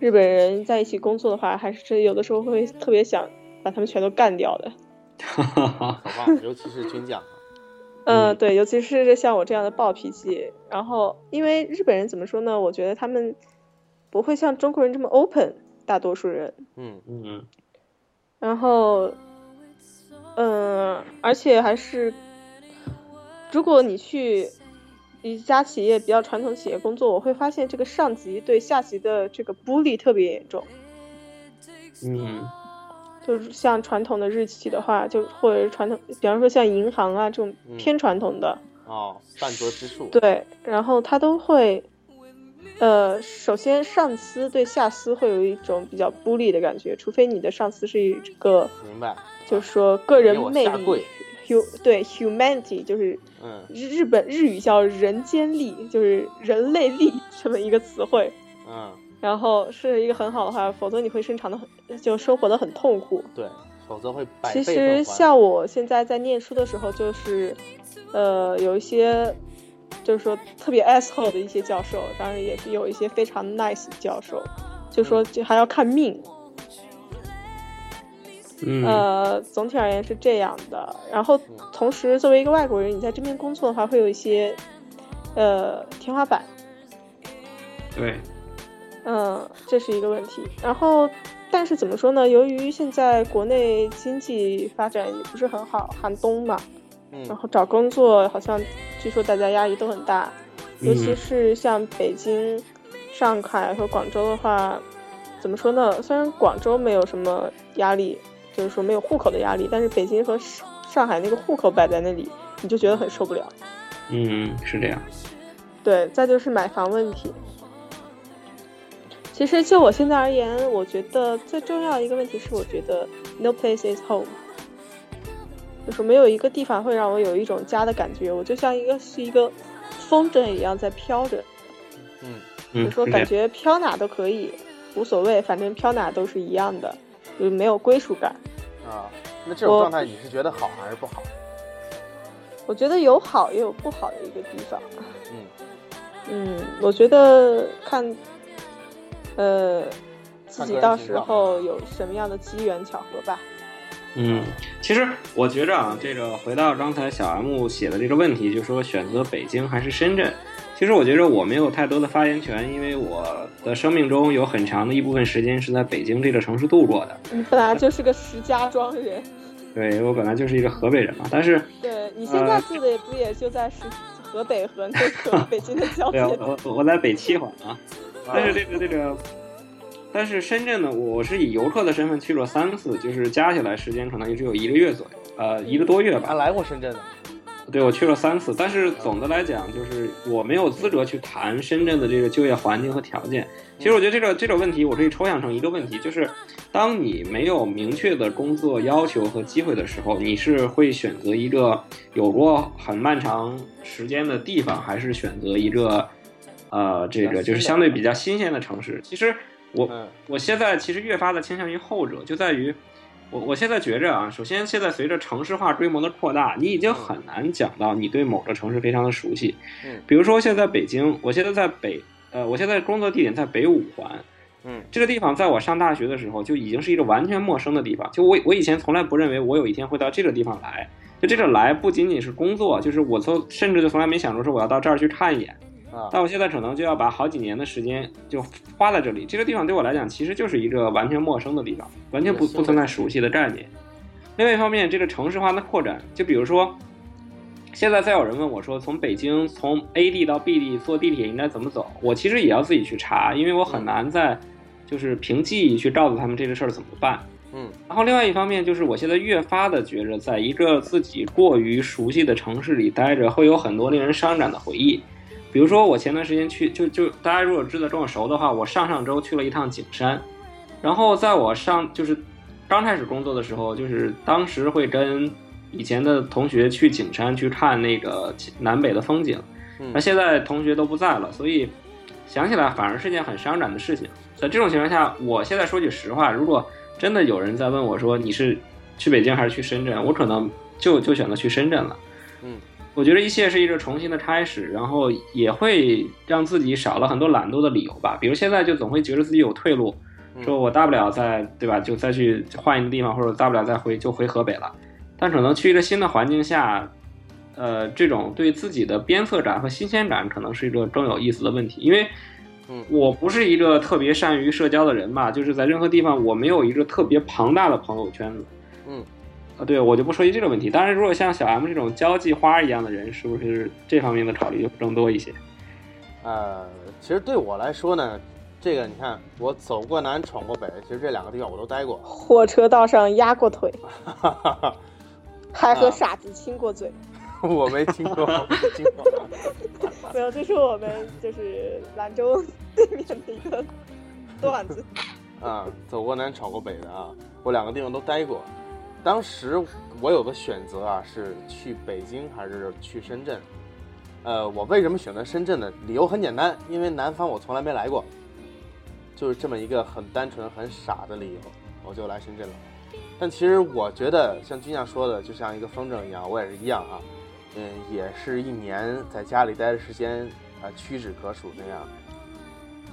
日本人在一起工作的话，还是有的时候会特别想把他们全都干掉的。
可怕，尤其是军将，啊
嗯，
嗯
对，尤其是像我这样的暴脾气。然后，因为日本人怎么说呢？我觉得他们不会像中国人这么 open，大多数人。
嗯
嗯
然后，嗯、而且还是，如果你去一家企业比较传统企业工作，我会发现这个上级对下级的这个 bully 特别严重。
嗯
就是像传统的日企的话，就或者是传统，比方说像银行啊这种
嗯
偏传统的，
哦，饭桌之处，
对，然后他都会，呃，首先上司对下司会有一种比较 bully 的感觉，除非你的上司是一个，
明白，
就是说个人
给我
魅
下跪
力，hu 对 humanity 就是
嗯
日日本日语叫人间力，就是人类力这么一个词汇，
嗯，
然后是一个很好的话，否则你会生长的很，就生活的很痛苦。
对，否则会百
其实
倍奉还
像我现在在念书的时候，就是，呃，有一些，就是说特别 asshole 的一些教授，当然也是有一些非常 nice 的教授，就
嗯
说就还要看命。
嗯
呃，总体而言是这样的。然后同时，作为一个外国人，你在这边工作的话，会有一些，呃，天花板。
对，
嗯，这是一个问题。然后，但是怎么说呢？由于现在国内经济发展也不是很好，寒冬嘛，然
嗯
后找工作好像据说大家压力都很大，尤其
嗯
是像北京、上海和广州的话，怎么说呢？虽然广州没有什么压力，就是说没有户口的压力，但是北京和上上海那个户口摆在那里，你就觉得很受不了。
嗯是这样，
对，再就是买房问题。其实就我现在而言，我觉得最重要的一个问题是，我觉得 no place is home，就是没有一个地方会让我有一种家的感觉。我就像一个是一个风筝一样在飘着，
嗯
你
嗯
说
是这
感
样，
觉飘哪都可以，无所谓，反正飘哪都是一样的，就是没有归属感。
啊，那这种
我
状态你是觉得好还是不好？
我觉得有好也有不好的一个地方。
嗯
嗯，我觉得看，呃，自
看
己
个人
到
情
时
况啊
候有什么样的机缘巧合吧。
嗯，其实我觉着啊，这个回到刚才小 M 写的这个问题，就说选择北京还是深圳。其实我觉着我没有太多的发言权，因为我的生命中有很长的一部分时间是在北京这个城市度过的。
你本来就是个石家庄人，
对我本来就是一个河北人嘛，但是
对你现
嗯
在住的也不也就在是河北和那个北 京的交界
对，我我我在北七环哦啊，但是这个这个，但是深圳呢，我是以游客的身份去了三次，就是加起来时间可能也只有一个月左右，呃，一个多月
还
吧。
来过深圳的，
对，我去了三次，但是总的来讲，就是我没有资格去谈深圳的这个就业环境和条件。其实我觉得这个这种问题，我可以抽象成一个问题，就是当你没有明确的工作要求和机会的时候，你是会选择一个有过很漫长时间的地方，还是选择一个呃这
比较新的
个就是相对比较新鲜的城市？其实我
嗯
我现在其实越发的倾向于后者，就在于我我现在觉着啊，首先现在随着城市化规模的扩大，你已经很难讲到你对某个城市非常的熟悉。
嗯
比如说现在北京，我现在在北呃，我现在工作地点在北五环，
嗯
这个地方在我上大学的时候就已经是一个完全陌生的地方。就我我以前从来不认为我有一天会到这个地方来。就这个来不仅仅是工作，就是我从甚至就从来没想过说我要到这儿去看一眼。
啊，
但我现在可能就要把好几年的时间就花在这里。这个地方对我来讲，其实就是一个完全陌生的地方，完全不
一个新的
不存在熟悉的概念。另外一方面，这个城市化的扩展，就比如说，现在再有人问我说，从北京从 A 地到 B 地坐地铁应该怎么走，我其实也要自己去查，因为我很难在就是凭记忆去告诉他们这个事儿怎么办。
嗯
然后另外一方面就是，我现在越发的觉着，在一个自己过于熟悉的城市里待着，会有很多令人伤感的回忆。比如说，我前段时间去，就就大家如果知道跟我熟的话，我上上周去了一趟景山，然后在我上就是刚开始工作的时候，就是当时会跟以前的同学去景山去看那个南北的风景，
嗯
那现在同学都不在了，所以想起来反而是件很伤感的事情。在这种情况下，我现在说句实话，如果真的有人在问我说你是去北京还是去深圳，我可能就就选择去深圳了。
嗯，
我觉得一切是一个重新的开始，然后也会让自己少了很多懒惰的理由吧。比如现在就总会觉得自己有退路，
嗯
说我大不了再对吧，就再去换一个地方，或者大不了再回就回河北了。但可能去一个新的环境下，呃，这种对自己的鞭策感和新鲜感，可能是一个更有意思的问题。因为
嗯
我不是一个特别善于社交的人吧，就是在任何地方我没有一个特别庞大的朋友圈子。
嗯，
啊，对我就不涉及这个问题。当然，如果像小 M 这种交际花一样的人，是不是这方面的考虑就更多一些？
呃，其实对我来说呢，这个你看，我走过南，闯过北，其实这两个地方我都待过，
火车道上压过腿，
哈哈哈，
还和
啊
傻子亲过嘴。
我没听过，我没听过。
没有，这是我们就是兰州 对面的一个段子。
啊，走过南闯过北的啊，我两个地方都待过。当时我有个选择啊，是去北京还是去深圳？呃，我为什么选择深圳呢？理由很简单，因为南方我从来没来过，就是这么一个很单纯、很傻的理由，我就来深圳了。但其实我觉得，像军将说的，就像一个风筝一样，我也是一样啊，嗯，也是一年在家里待的时间啊、屈指可数那样。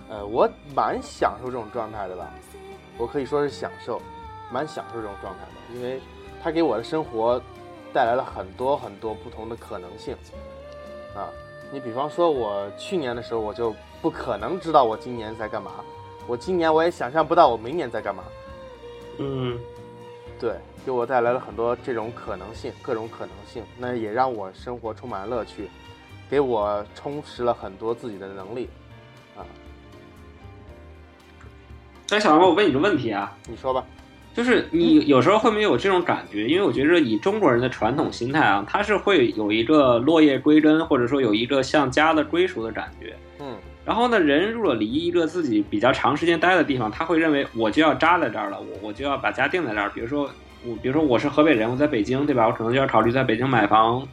呃，我蛮享受这种状态的吧，我可以说是享受，蛮享受这种状态的，因为它给我的生活带来了很多很多不同的可能性啊。你比方说，我去年的时候，我就不可能知道我今年在干嘛，我今年我也想象不到我明年在干嘛。
嗯，
对，给我带来了很多这种可能性，各种可能性，那也让我生活充满了乐趣，给我充实了很多自己的能力。
但小 M，我问你个问题啊，
你说吧，
就是你有时候会没有这种感觉，因为我觉着以中国人的传统心态啊，他是会有一个落叶归根，或者说有一个像家的归属的感觉。
嗯
然后呢，人如果离一个自己比较长时间待的地方，他会认为我就要扎在这儿了，我我就要把家定在这儿。比如说我，比如说我是河北人，我在北京，对吧？我可能就要考虑在北京买房，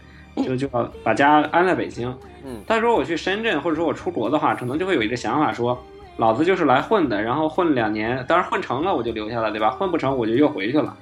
就就要把家安在北京。
嗯
但如果我去深圳，或者说我出国的话，可能就会有一个想法说，老子就是来混的，然后混了两年，当然混成了我就留下了，对吧？混不成我就又回去了，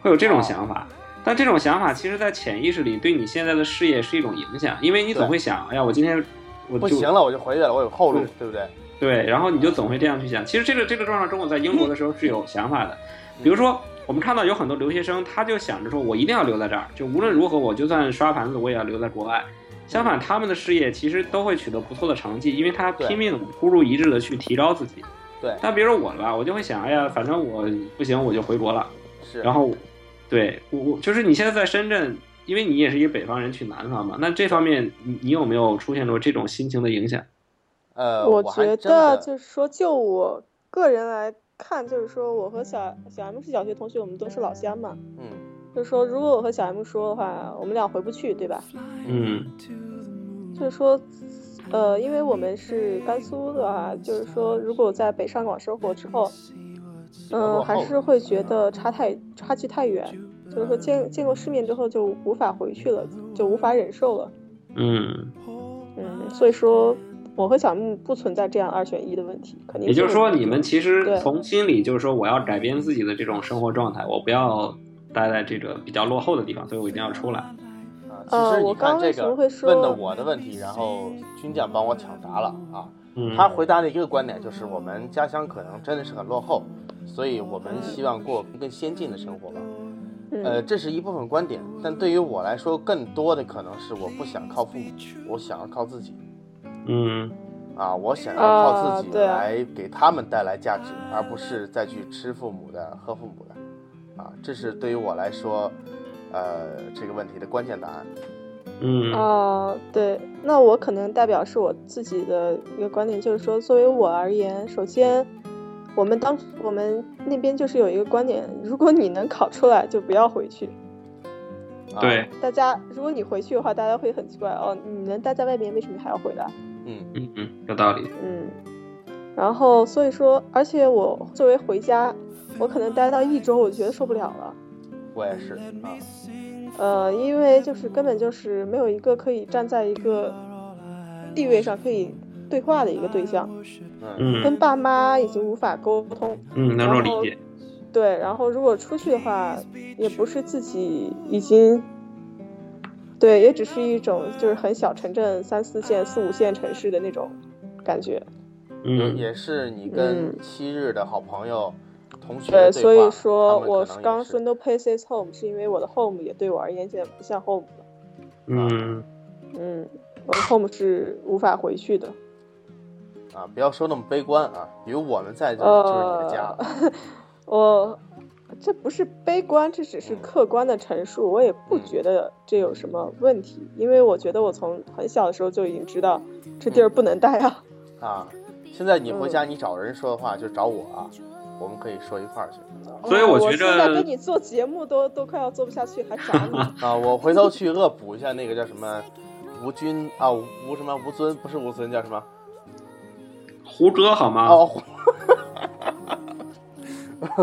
会有这
哦
种想法。但这种想法其实，在潜意识里对你现在的事业是一种影响，因为你总
对
会想，哎呀，我今天我
不
就嗯
行了，我就回去了，我有后路
对，
对不对？
对，然后你就总会这样去想。其实这个这个状况中，我在英国的时候是有想法的，比如说我们看到有很多留学生，他就想着说我一定要留在这儿，就无论如何，我就算刷盘子，我也要留在国外。相反，他们的事业其实都会取得不错的成绩，因为他
对
拼命地孤注一掷的去提高自己。
对，
但比如我吧，我就会想，哎呀，反正我不行，我就回国了。
是。
然后，对我我就是你现在在深圳，因为你也是一个北方人去南方嘛，那这方面你你有没有出现过这种心情的影响？
呃，
我
还
觉
真
得
的
就是说，就我个人来看，就是说我和小小 M 是小学同学，我们都是老乡嘛。
嗯
就是说，如果我和小 M 说的话，我们俩回不去，对吧？
嗯
就是说，呃，因为我们是甘肃的话，就是说，如果在北上广生活之后，嗯、
落后
还是会觉
嗯
得差太差距太远，就是说见见过世面之后就无法回去了，就无法忍受了。
嗯，
嗯，所以说我和小木不存在这样二选一的问题，肯定。
也就是说，你们其实
对
从心里就是说，我要改变自己的这种生活状态，我不要待在这个比较落后的地方，所以我一定要出来。
啊，其
呃
实你
我刚
看
为
这
什么
个
会说
问的我的问题，然后军将帮我抢答了啊。
嗯，
他回答的一个观点就是，我们家乡可能真的是很落后，所以我们希望过更先进的生活吧。呃，
嗯，
这是一部分观点，但对于我来说，更多的可能是我不想靠父母，我想要靠自己
嗯
啊，我想要靠
啊
自己
对啊
来给他们带来价值，而不是再去吃父母的、喝父母的啊，这是对于我来说，呃，这个问题的关键答案。
嗯
啊、对，那我可能代表是我自己的一个观点，就是说，作为我而言，首先，我们当我们那边就是有一个观点，如果你能考出来，就不要回去。
啊、
对，
大家，如果你回去的话，大家会很奇怪哦，你能待在外面，为什么还要回来？
嗯
嗯嗯，有道理。
嗯，然后所以说，而且我作为回家，我可能待到一周，我觉得受不了了。
我也是啊，
呃，因为就是根本就是没有一个可以站在一个地位上可以对话的一个对象，
嗯
跟
嗯
爸妈已经无法沟通。
嗯，能够理解。
对，然后如果出去的话，也不是自己已经，对，也只是一种就是很小城镇、三四线、四五线城市的那种感觉。
也
嗯
也是你跟
嗯
七日的好朋友、同学
对，
的
所
话
以说
他们
我
可能也
刚
是
说 no place is home，是因为我的 home 也对我而言现在不像 home 了。
嗯
嗯，我的 home 是无法回去的。
啊，不要说那么悲观啊，比如我们在这儿就是你的家。
呃， 我这不是悲观，这只
嗯
是客观的陈述，我也不觉得这有什么问题，因为我觉得我从很小的时候就已经知道这
嗯
地儿不能待啊。
啊，现在你
嗯
回家你找人说的话就找我啊，我们可以说一块儿去
所以
我
我觉
现在
着
跟你做节目都都快要做不下去，还找你。
啊。我回头去恶补一下那个叫什么吴军啊，吴吴什么吴尊不是吴尊叫什么？
胡歌好吗？
哦，胡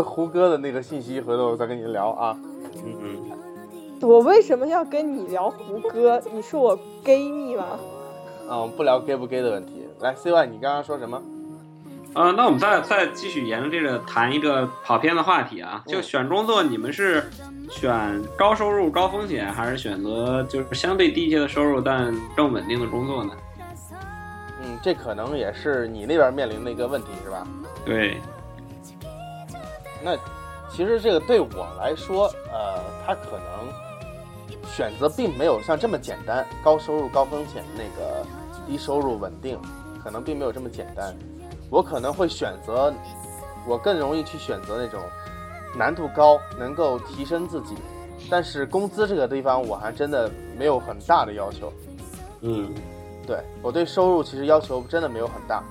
胡歌的那个信息，回头我再跟您聊啊。
嗯嗯，
我为什么要跟你聊胡歌？你是我 gay 蜜吗？
啊，我们不聊 gay 不 gay 的问题。来，C Y，你刚刚说什么？
呃，那我们再再继续沿着这个谈一个跑偏的话题啊，就
嗯
选工作，你们是选高收入高风险，还是选择就是相对低一些的收入但更稳定的工作呢？
嗯，这可能也是你那边面临的一个问题，是吧？
对，
那其实这个对我来说，呃，它可能选择并没有像这么简单，高收入高风险那个低收入稳定，可能并没有这么简单。我可能会选择，我更容易去选择那种难度高、能够提升自己，但是工资这个地方我还真的没有很大的要求。
嗯
对我对收入其实要求真的没有很大。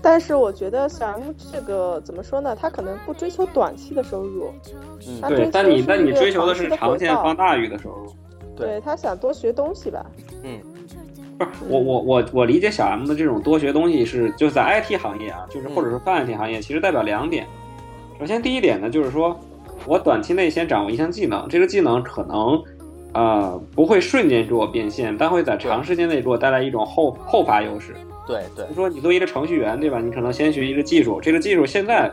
但是我觉得小 M 这个怎么说呢？他可能不追求短期的收入，
嗯，
啊
对
追，
但
求
你
是
但
一
你
个
追求的
长
是
期的
长
回
线
报
放大于的收入。
对
他想多学东西吧。
嗯
不是我
嗯
我我我理解小 M 的这种多学东西是就是在 IT 行业啊，就是
嗯
或者是泛 IT 行业，其实代表两点。首先第一点呢，就是说我短期内先掌握一项技能，这个技能可能呃不会瞬间给我变现，但会在长时间内给我带来一种后后发优势。
对对
比如，说你作为一个程序员，对吧？你可能先学一个技术，这个技术现在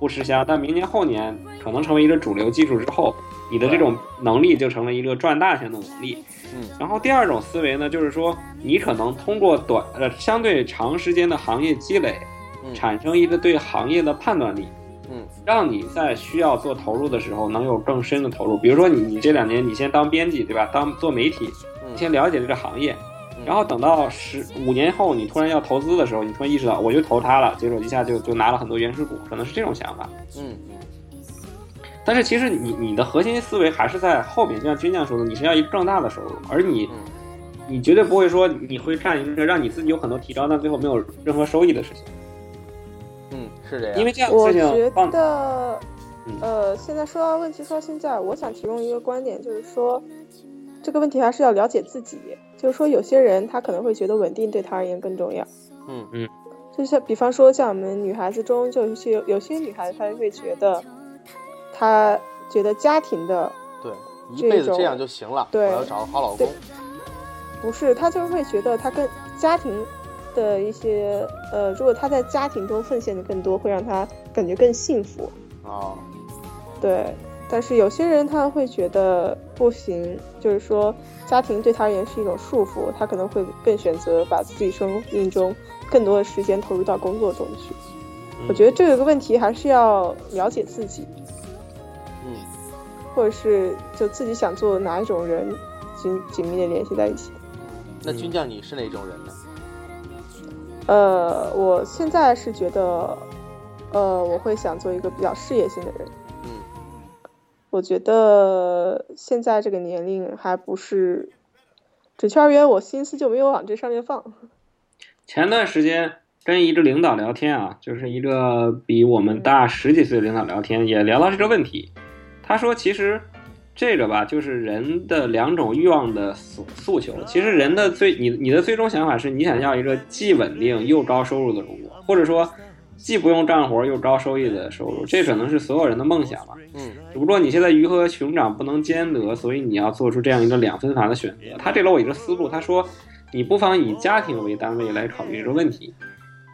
不吃香，但明年后年可能成为一个主流技术之后，你的这种能力就成了一个赚大钱的能力。
嗯
然后第二种思维呢，就是说你可能通过短呃相对长时间的行业积累，
嗯
产生一个对行业的判断力，
嗯
让你在需要做投入的时候能有更深的投入。比如说你你这两年你先当编辑对吧，当做媒体，
嗯
你先了解这个行业
嗯，
然后等到十五年后你突然要投资的时候，你突然意识到
嗯
我就投它了，结果一下就就拿了很多原始股，可能是这种想法。
嗯嗯
但是其实你你的核心思维还是在后面，就像军将说的，你是要一个更大的收入，而你
嗯
你绝对不会说你会干一个让你自己有很多提高，但最后没有任何收益的事情，
嗯，是这样，
因为这 样的
我
事
觉
情放
得
嗯，
呃，现在说到问题，说到现在，我想提供一个观点，就是说，这个问题还是要了解自己。就是说，有些人他可能会觉得稳定对他而言更重要。
嗯
就像比方说，像我们女孩子中，就有些有些女孩子她会觉得，她觉得家庭的
对，一辈子
这
这
种
样就行了，我
对
要找个好老公
对，不是，她就会觉得她跟家庭的一些呃，如果她在家庭中奉献的更多，会让她感觉更幸福。
啊，
对，但是有些人他会觉得不行，就是说家庭对他而言是一种束缚，他可能会更选择把自己生命中更多的时间投入到工作中去。我觉得这个问题还是要了解自己，
嗯，
或者是就自己想做哪一种人，紧紧密的联系在一起。
那军将你是哪种人呢？
呃，我现在是觉得，呃，我会想做一个比较事业性的人。
嗯
我觉得现在这个年龄还不是，准确而言，我心思就没有往这上面放。
前段时间跟一个领导聊天啊，就是一个比我们大十几岁的领导聊天，也聊到这个问题。他说，其实这个吧，就是人的两种欲望的诉诉求。其实人的最你你的最终想法是你想要一个既稳定又高收入的工作，或者说既不用干活又高收益的收入，这可能是所有人的梦想吧。
嗯
只不过你现在鱼和熊掌不能兼得，所以你要做出这样一个两分法的选择。他这个我一个思路，他说你不妨以家庭为单位来考虑这个问题，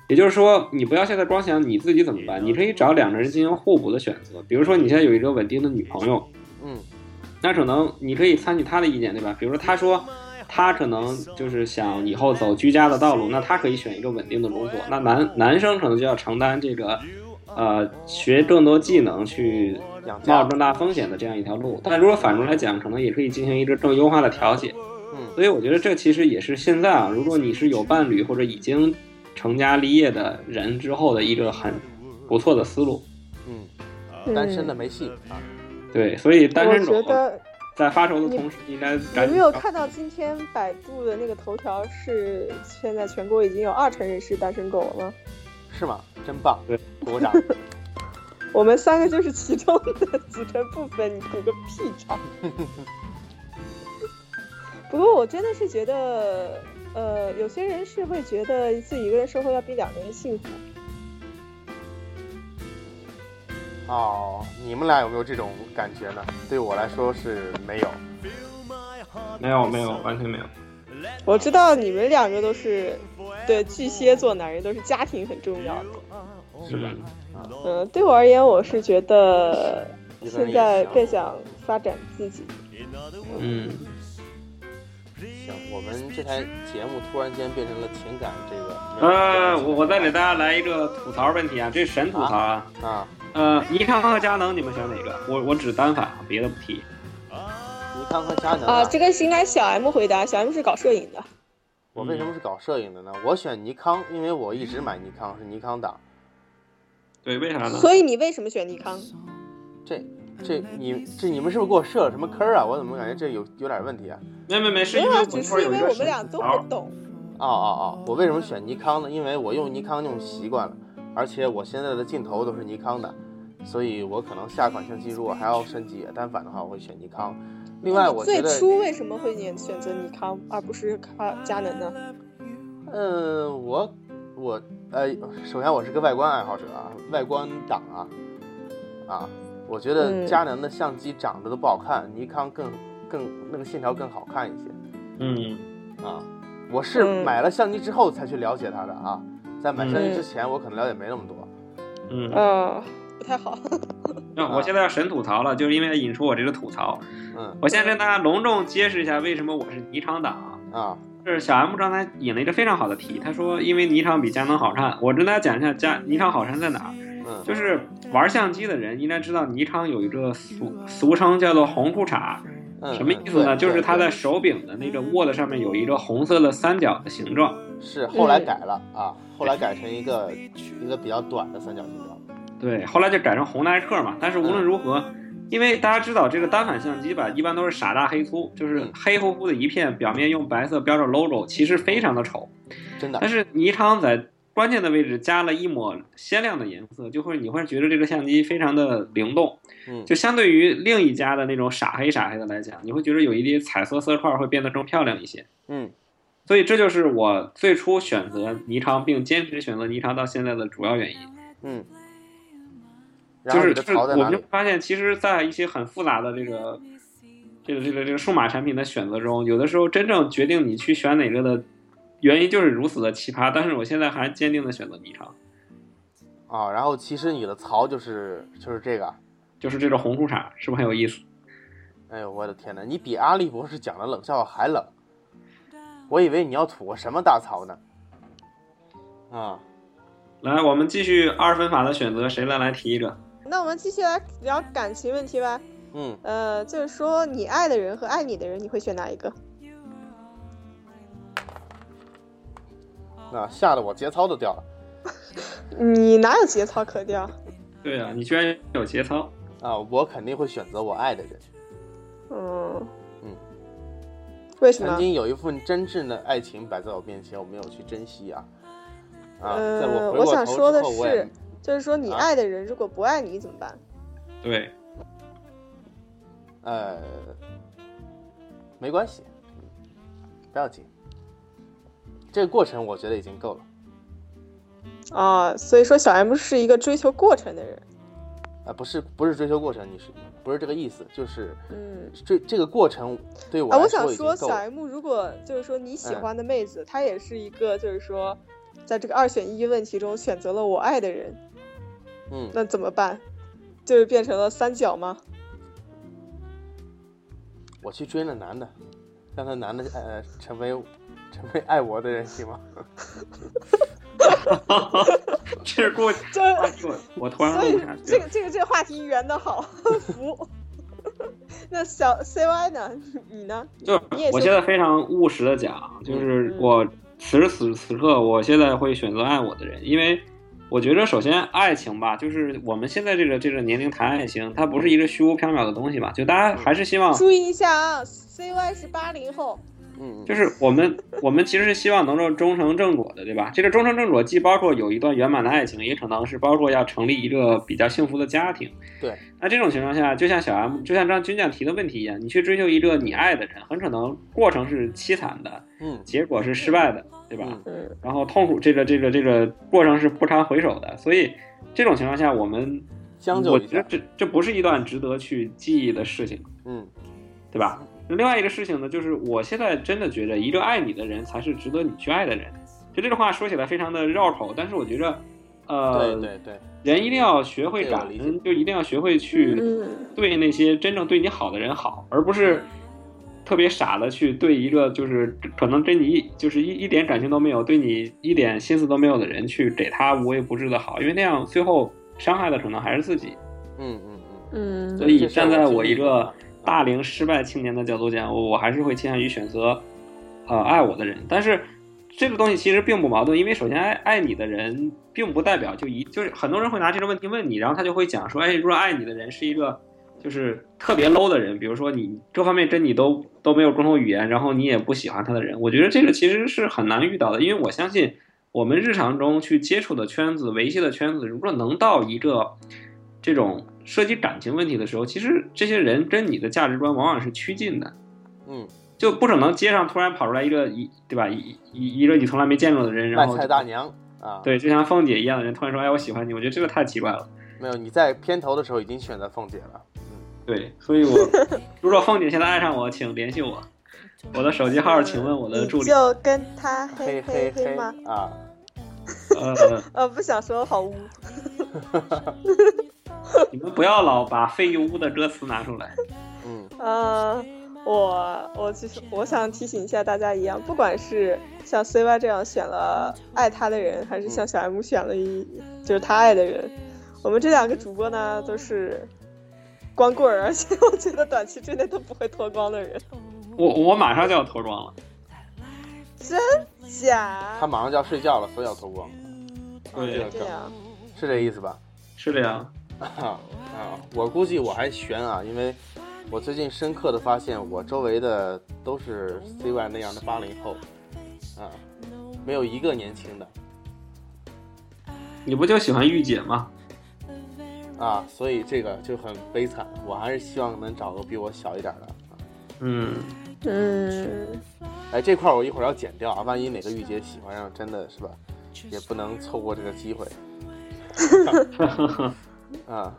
也就是说，你不要现在光想你自己怎么办，你可以找两个人进行互补的选择。比如说，你现在有一个稳定的女朋友，
嗯
那可能你可以参取她的意见，对吧？比如说，她说她可能就是想以后走居家的道路，那她可以选一个稳定的工作。那男男生可能就要承担这个，呃，学更多技能去
养家
冒更大风险的这样一条路。但如果反过来讲，可能也可以进行一个更优化的调节。
嗯
所以我觉得这其实也是现在啊，如果你是有伴侣或者已经成家立业的人之后的一个很不错的思路。
嗯，
嗯、
单身的没戏啊，
对，所以单身
我
种
觉得
在发愁的同时，应该
有
赶
没有看到今天百度的那个头条是现在全国已经有二成人是单身狗了吗？
是吗？真棒，
对，
鼓 个掌。
我们三个就是其中的组成部分，你鼓个屁 掌！不过我真的是觉得，呃，有些人是会觉得自己一个人生活要比两个人幸福。
哦，你们俩有没有这种感觉呢？对我来说是没有。
没有没有完全没有。
我知道你们两个都是，对巨蟹座男人都是家庭很重要 的。
是吧？
嗯、对我而言，我是觉得
一个人
现
也
在
行
更想发展自己。
嗯，
行，我们这台节目突然间变成了情感这个。
呃，我我再给大家来一个吐槽问题啊，这是神吐槽啊。
啊，
呃，尼康和佳能，你们选哪个？我我只单反啊，别的不提。
尼康和佳能
嗯
啊，这个是应该小 M 回答，小 M 是搞摄影的。
我为什么是搞摄影的呢？我选尼康，因为我一直买尼康，是尼康党。
对，为啥呢？
所以你为什么选尼康？
这这你这你们是不是给我设了什么坑啊？我怎么感觉这有有点问题啊？
没没没，是
没
因
有
为
啊，
我
只
一
是
会儿
因
有一
为
个
我
神
们俩
吐
都
槽
不懂。
哦哦哦！我为什么选尼康呢？因为我用尼康用习惯了，而且我现在的镜头都是尼康的，所以我可能下款相机如果还要升级单反的话，我会选尼康。另外，我觉
最
得，
初为什么会选选择尼康而不是卡佳能呢？
呃，我我呃，首先我是个外观爱好者啊，外观党啊啊，我觉得
嗯
佳能的相机长得都不好看，尼康更更那个线条更好看一些。
嗯
啊，我是
嗯
买了相机之后才去了解它的啊，在买相机之
嗯
前，我可能了解没那么多。
嗯。
呃， 不太好。
那我现在要神吐槽了，就是因为引出我这个吐槽。
嗯
我先跟大家隆重揭示一下，为什么我是尼康党啊。
啊，
就是小 M 刚才引了一个非常好的题，他说因为尼康比佳能好看。我跟大家讲一下佳尼康好看在哪儿。
嗯
就是玩相机的人应该知道，尼康有一个俗俗称叫做红裤衩，
嗯，
什么意思呢？
嗯
就是它在
对
手柄的那个握的上面有一个红色的三角的形状。
对是后
嗯
来改了啊，后来改成一个一个比较短的三角形状。
对，后来就改成红耐克嘛。但是无论如何，因为大家知道这个单反相机吧，一般都是傻大黑粗，就是黑乎乎的一片，表面用白色标着 logo，其实非常的丑。
真的
但。是尼康在关键的位置加了一抹鲜亮的颜色，就会你会觉得这个相机非常的灵动。
嗯
就相对于另一家的那种傻黑傻黑的来讲，你会觉得有一些彩色色块会变得更漂亮一些。
嗯
所以这就是我最初选择尼康并坚持选择尼康到现在的主要原因。
嗯。然
就
后
是
你的
就是
槽在
我
哪
们就
里？
发现，其实，在一些很复杂的这个这个这个这个数码产品的选择中，有的时候真正决定你去选哪个的原因就是如此的奇葩。但是我现在还坚定的选择尼康，
啊，然后其实你的槽就是就是这个。
就是这种红裤衩，是不是很有意思？
哎呦，我的天哪！你比阿笠博士讲的冷笑话还冷，我以为你要吐个什么大槽呢。啊，
来，我们继续二分法的选择，谁来来提一个？
那我们继续来聊感情问题吧。
嗯，
呃，就是说你爱的人和爱你的人，你会选哪一个？
那吓得我节操都掉了
你哪有节操可掉？
对啊，你居然有节操，
啊！我肯定会选择我爱的人。
嗯
嗯，
为什
曾
么？
经有一份真挚的爱情摆在我面前，我没有去珍惜啊。啊，
呃
在我回
我
过
想
头
说的
之后，我也
是就是说你
啊
爱的人如果不爱你怎么办？
对，
呃，没关系，不要紧。这个过程我觉得已经够了。
啊，所以说小 M 是一个追求过程的人。
啊，不是不是追求过程，你是不是这个意思？就是
嗯，
这这个过程对我
啊，
来
我想
已经
说，小
够了
M 如果就是说你喜
嗯
欢的妹子，她也是一个就是说，在这个二选一问题中选择了我爱的人，
嗯，
那怎么办？就是变成了三角吗？
我去追那男的，让那男的呃成为成为爱我的人行吗？
这是过去
这
话题我我突然
所
录
以
不下去
这
了
个。这个这个话题圆的好， 服。那小 CY 呢？你呢？
就是
你也嗯
我
是
现在非常务实的讲，就是我此时此此刻，我现在会选择爱我的人，因为我觉得首先爱情吧，就是我们现在这个这个年龄谈爱情，它不是一个虚无缥缈的东西吧，就大家还是希望，
注意一下啊，CY 是八零后，
嗯，
就是是我们我们其实是希望能够终成正果的，对吧？这个终成正果既包括有一段圆满的爱情，也可能是包括要成立一个比较幸福的家庭。
对，
那这种情况下，就像小 M，就像刚军将提的问题一样，你去追求一个你爱的人，很可能过程是凄惨的，
嗯
结果是失败的，对吧？
嗯
嗯
然后痛苦这个这个这个过程是不堪回首的，所以这种情况下，我们
将就
我
一
觉得
下，
这这不是一段值得去记忆的事情，
嗯
对吧？另外一个事情呢，就是我现在真的觉得，一个爱你的人才是值得你去爱的人。就这句话说起来非常的绕口，但是我觉着，呃，
对对对，
人一定要学会
这个我
感
理解
恩，就一定要学会去
嗯，
对那些真正对你好的人好，而不是特别傻的去对一个就是可能跟你一就是一一点感情都没有、对你一点心思都没有的人去给他无微不至的好，因为那样最后伤害的可能还是自己。
嗯嗯嗯，
嗯
所以
这事儿
站在
经
我
历
一
过
个
啊
大龄失败青年的角度讲，我我还是会倾向于选择，呃，爱我的人。但是这个东西其实并不矛盾，因为首先爱爱你的人，并不代表就一就是很多人会拿这个问题问你，然后他就会讲说，哎，如果爱你的人是一个就是特别 low 的人，比如说你各方面跟你都都没有共同语言，然后你也不喜欢他的人，我觉得这个其实是很难遇到的，因为我相信。我们日常中去接触的圈子、维系的圈子，如果能到一个这种涉及感情问题的时候，其实这些人跟你的价值观往往是趋近的，
嗯，
就不可能街上突然跑出来一个一对吧一一一个你从来没见过的人，然
卖
后
菜大娘啊，，
对，就像凤姐一样的人突然说哎我喜欢你，我觉得这个太奇怪了。
没有你在片头的时候已经选择凤姐了，嗯，
对，所以我如果凤姐现在爱上我，请联系我，我的手机号请问我的助
你
理。
就跟他嘿
嘿嘿
嘿
嘿
吗？
啊，
呃，
呃，不想说，好污。
你们不要老把费玉乌的歌词拿出来。
嗯
呃，我我其实我想提醒一下大家一样，不管是像 CY 这样选了爱他的人，还是像小 M 选了一就是他爱的人，我们这两个主播呢都是光棍儿，而且我觉得短期之内都不会脱光的人，
我我马上就要脱妆了，
真假
他？马上就要睡觉了，所以要脱光，
对
这个
这样
是这意思吧？
是这样。
啊，我估计我还悬啊，因为我最近深刻的发现，我周围的都是 CY 那样的八零后，啊，没有一个年轻的
你不就喜欢御姐吗？
啊，所以这个就很悲惨。我还是希望能找个比我小一点的。啊
嗯，
嗯，
哎，这块儿我一会儿要剪掉啊，万一哪个御姐喜欢上，真的是吧，也不能错过这个机会。 啊，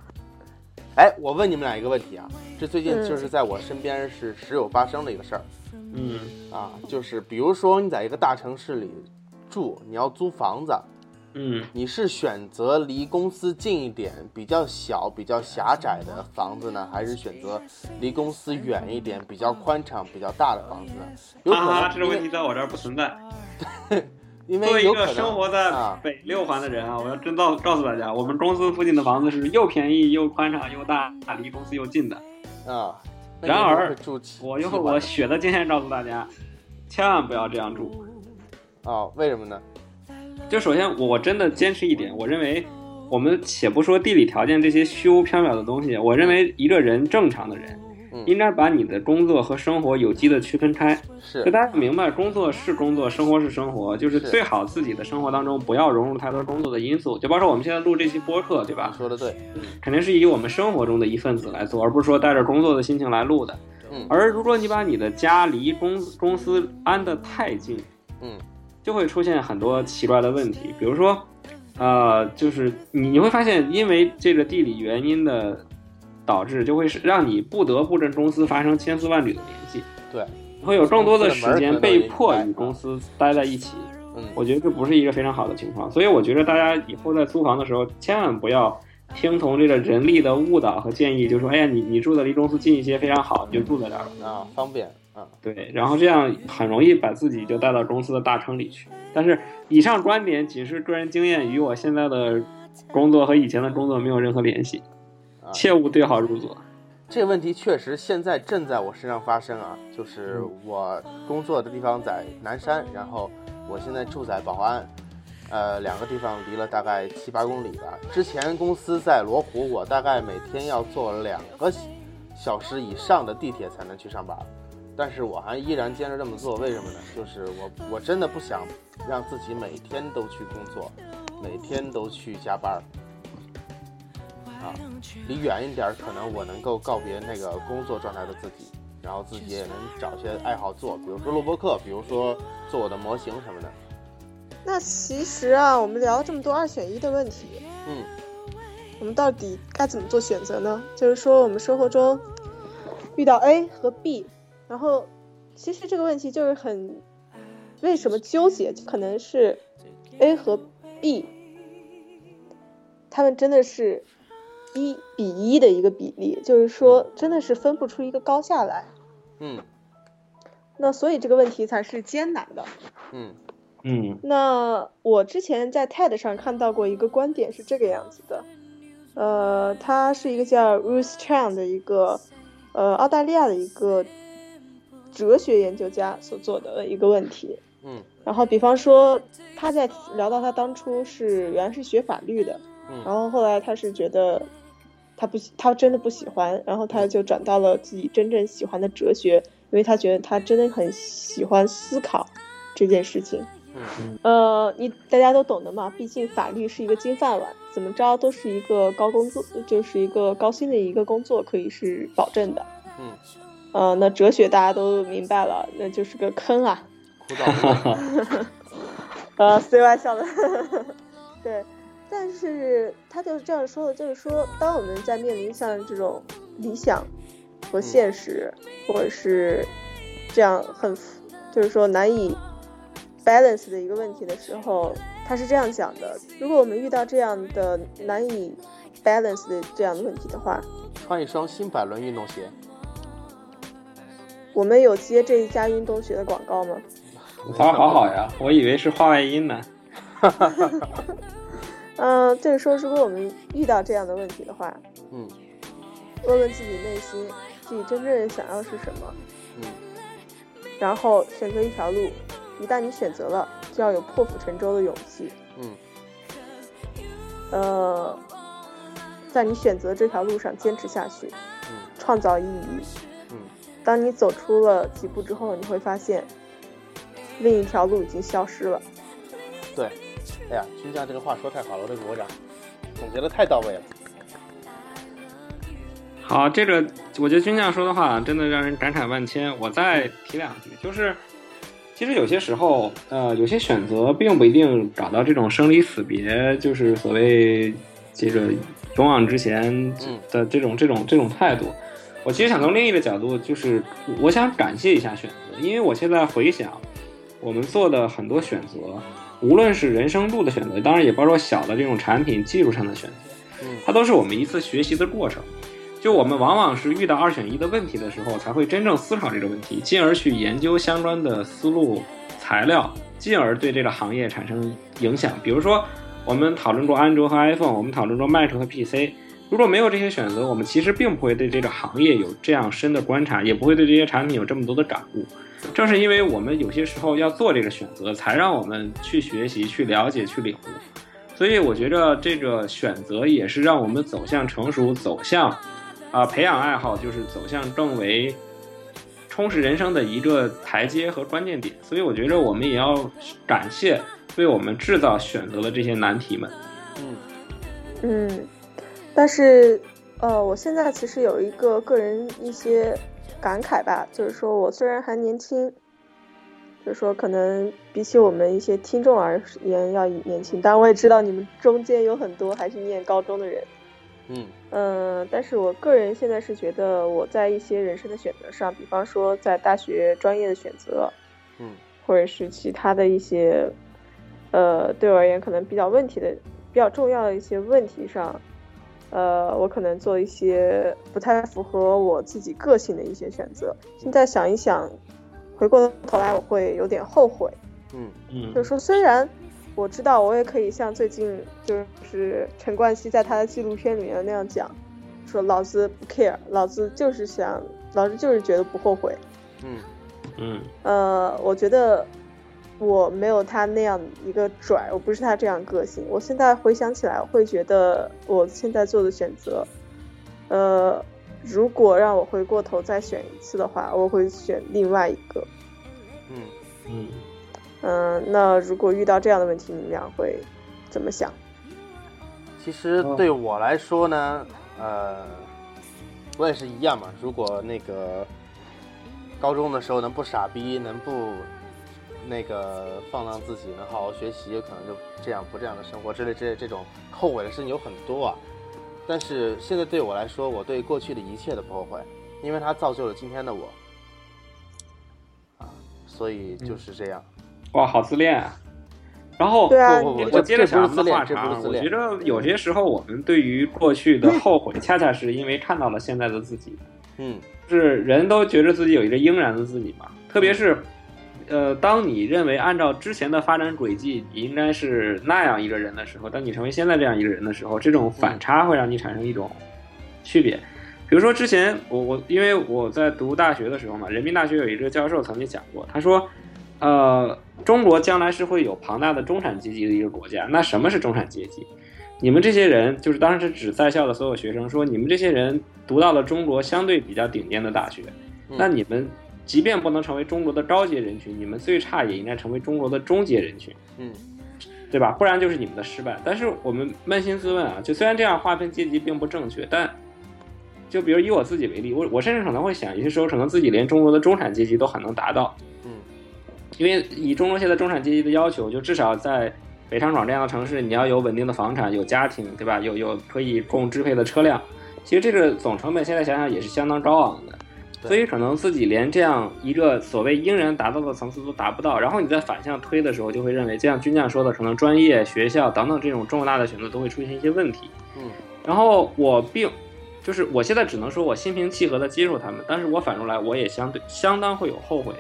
哎，我问你们俩一个问题啊，这最近就是在我身边是时有发生的一个事儿
嗯
啊，就是比如说你在一个大城市里住，你要租房子，
嗯
你是选择离公司近一点、比较小、比较狭窄的房子呢，还是选择离公司远一点、比较宽敞、比较大的房子呢？有可
哈
能，
哈，啊这个问题
因为
在我这儿不存在。
因
作
为
为一
有可
个
能
生活在
啊，
北六环的人啊，我要真告告诉大家，我们公司附近的房子是又便宜又宽敞又大，离公司又近的。
啊。那
然
你会不
而
会住七
我用
七
我
环
血的经验告诉大家，千万不要这样住。
哦，为什么呢？
就首先，我真的坚持一点，我认为，我们且不说地理条件这些虚无缥缈的东西，我认为一个人正常的人
嗯，
应该把你的工作和生活有机的区分开。
是
就大家明白，工作是工作，生活是生活，就是
是
最好自己的生活当中不要融入太多工作的因素。就包括我们现在录这期播客，对
你
吧？
说的对，
肯定是以我们生活中的一份子来做，而不是说带着工作的心情来录的。
嗯
而如果你把你的家离公公司安得太近，
嗯
就会出现很多奇怪的问题，比如说，呃，就是你你会发现，因为这个地理原因的导致，就会是让你不得不跟公司发生千丝万缕的联系，
对，
会有更多的时
这门
间
儿可能也
被迫
该
与公司待在一起。
嗯
我觉得这不是一个非常好的情况，所以我觉得大家以后在租房的时候，千万不要听从这个人力的误导和建议，就说，哎呀，你你住的离公司近一些非常好，你就住在这儿吧。
啊，方便啊，
对，然后这样很容易把自己就带到公司的大厅里去。但是以上观点仅是个人经验，与我现在的工作和以前的工作没有任何联系，
啊
切勿对号入座。
这个问题确实现在正在我身上发生啊，就是我工作的地方在南山，然后我现在住在宝安，呃，两个地方离了大概七八公里吧。之前公司在罗湖，我大概每天要坐两个小时以上的地铁才能去上班，但是我还依然坚持这么做，为什么呢？就是我我真的不想让自己每天都去工作，每天都去加班儿。啊，离远一点儿，可能我能够告别那个工作状态的自己，然后自己也能找一些爱好做，比如说录播课，比如说做我的模型什么的。
那其实啊，我们聊了这么多二选一的问题，
嗯，
我们到底该怎么做选择呢？就是说，我们生活中遇到 A 和 B，然后其实这个问题就是很为什么纠结，可能是 A 和 B，他们真的是一比一的一个比例，就是说真的是分不出一个高下来。
嗯
那所以这个问题才是艰难的。
嗯
嗯
那我之前在 TED 上看到过一个观点是这个样子的，呃，他是一个叫 Ruth Chan 的一个，呃，澳大利亚的一个哲学研究家所做的一个问题。
嗯
然后，比方说他在聊到他当初是原来是学法律的，然
嗯
后后来他是觉得他不喜他真的不喜欢，然后他
嗯
就转到了自己真正喜欢的哲学，因为他觉得他真的很喜欢思考这件事情。
嗯
呃，你大家都懂的嘛，毕竟法律是一个金饭碗，怎么着都是一个高工作，就是一个高薪的一个工作，可以是保证的。
嗯，
呃，那哲学大家都明白了，那就是个坑啊。
枯燥无味。
呃，CY 笑的， 对，但是他就是这样说的，就是说，当我们在面临像这种理想和现实，或者是这样很，就是说难以 balance 的一个问题的时候，他是这样讲的：如果我们遇到这样的难以 balance 的这样的问题的话，
穿一双新百伦运动鞋，
我们有接这一家运动鞋的广告吗？
吐槽好好呀，我以为是话外音呢。
嗯、就是说，如果我们遇到这样的问题的话，
嗯
问问自己内心，自己真正想要是什么，
嗯
然后选择一条路。一旦你选择了，就要有破釜沉舟的勇气。
嗯
呃，在你选择这条路上坚持下去，
嗯
创造意义。
嗯
当你走出了几步之后，你会发现，另一条路已经消失了。
对，哎呀，军将这个话说太好了，我得鼓个掌，总结的太到位了。
好，这个我觉得军将说的话真的让人感慨万千。我再提两句，就是其实有些时候，呃，有些选择并不一定找到这种生离死别，就是所谓这个勇往直前的这种这种这种态度。我其实想从另一个角度，就是我想感谢一下选择，因为我现在回想我们做的很多选择，无论是人生路的选择，当然也包括小的这种产品技术上的选择。
嗯
它都是我们一次学习的过程。就我们往往是遇到二选一的问题的时候，才会真正思考这个问题，进而去研究相关的思路、材料，进而对这个行业产生影响。比如说，我们讨论过安卓和 iPhone，我们讨论过 Mac 和 PC。如果没有这些选择，我们其实并不会对这个行业有这样深的观察，也不会对这些产品有这么多的感悟。正是因为我们有些时候要做这个选择，才让我们去学习、去了解、去领悟。所以我觉着这个选择也是让我们走向成熟，走向啊、培养爱好，就是走向更为充实人生的一个台阶和关键点。所以我觉着我们也要感谢为我们制造选择的这些难题们。
嗯
嗯，但是呃，我现在其实有一个个人一些感慨吧，就是说我虽然还年轻，就是说可能比起我们一些听众而言要年轻，但我也知道你们中间有很多还是念高中的人，
嗯
嗯，但是我个人现在是觉得我在一些人生的选择上，比方说在大学专业的选择，
嗯
或者是其他的一些，呃，对我而言可能比较问题的、比较重要的一些问题上，呃，我可能做一些不太符合我自己个性的一些选择。现在想一想，回过头来我会有点后悔。
嗯
嗯
就是说，虽然我知道我也可以像最近就是陈冠希在他的纪录片里面那样讲，说老子不 care，老子就是想，老子就是觉得不后悔。
嗯
嗯
呃，我觉得我没有他那样一个拽，我不是他这样个性。我现在回想起来，我会觉得我现在做的选择，呃，如果让我回过头再选一次的话，我会选另外一个。
嗯，
嗯，
嗯、那如果遇到这样的问题，你们俩会怎么想？
其实
嗯
对我来说呢，呃，我也是一样嘛。如果那个高中的时候能不傻逼，能不那个放荡自己，能好好学习，可能就这样不这样的生活之类之类这种后悔的事情有很多啊。但是现在对我来说，我对过去的一切都不后悔，因为它造就了今天的我。啊，所以
嗯
就是这样。
哇，好自恋啊！然后
对啊，
不不不，
我
这
接
这
着
不是自
小杨的
恋
话，
这不
茬
是，自
我觉
恋。
得有些时候我们对于过去的后悔，恰恰是因为看到了现在的自己。
嗯
就是人都觉得自己有一个应然的自己嘛，特别是，呃，当你认为按照之前的发展轨迹，你应该是那样一个人的时候，当你成为现在这样一个人的时候，这种反差会让你产生一种区别。比如说之前我我因为我在读大学的时候嘛，人民大学有一个教授曾经讲过，他说，呃，中国将来是会有庞大的中产阶级的一个国家。那什么是中产阶级？你们这些人，就是当时指在校的所有学生说，你们这些人读到了中国相对比较顶尖的大学，
嗯
那你们即便不能成为中国的高阶人群，你们最差也应该成为中国的中阶人群，
嗯
对吧？不然就是你们的失败。但是我们扪心自问啊，就虽然这样划分阶级并不正确，但就比如以我自己为例，我我甚至可能会想，有些时候可能自己连中国的中产阶级都很能达到，
嗯
因为以中国现在中产阶级的要求，就至少在北上广这样的城市，你要有稳定的房产，有家庭，对吧？有有可以供支配的车辆。其实这个总成本现在想想也是相当高昂的，
对
所以可能自己连这样一个所谓应然达到的层次都达不到，然后你再反向推的时候，就会认为，就像军将说的，可能专业、学校等等这种重大的选择都会出现一些问题。
嗯
然后我并就是我现在只能说我心平气和的接受他们，但是我反过来我也相对相当会有后悔。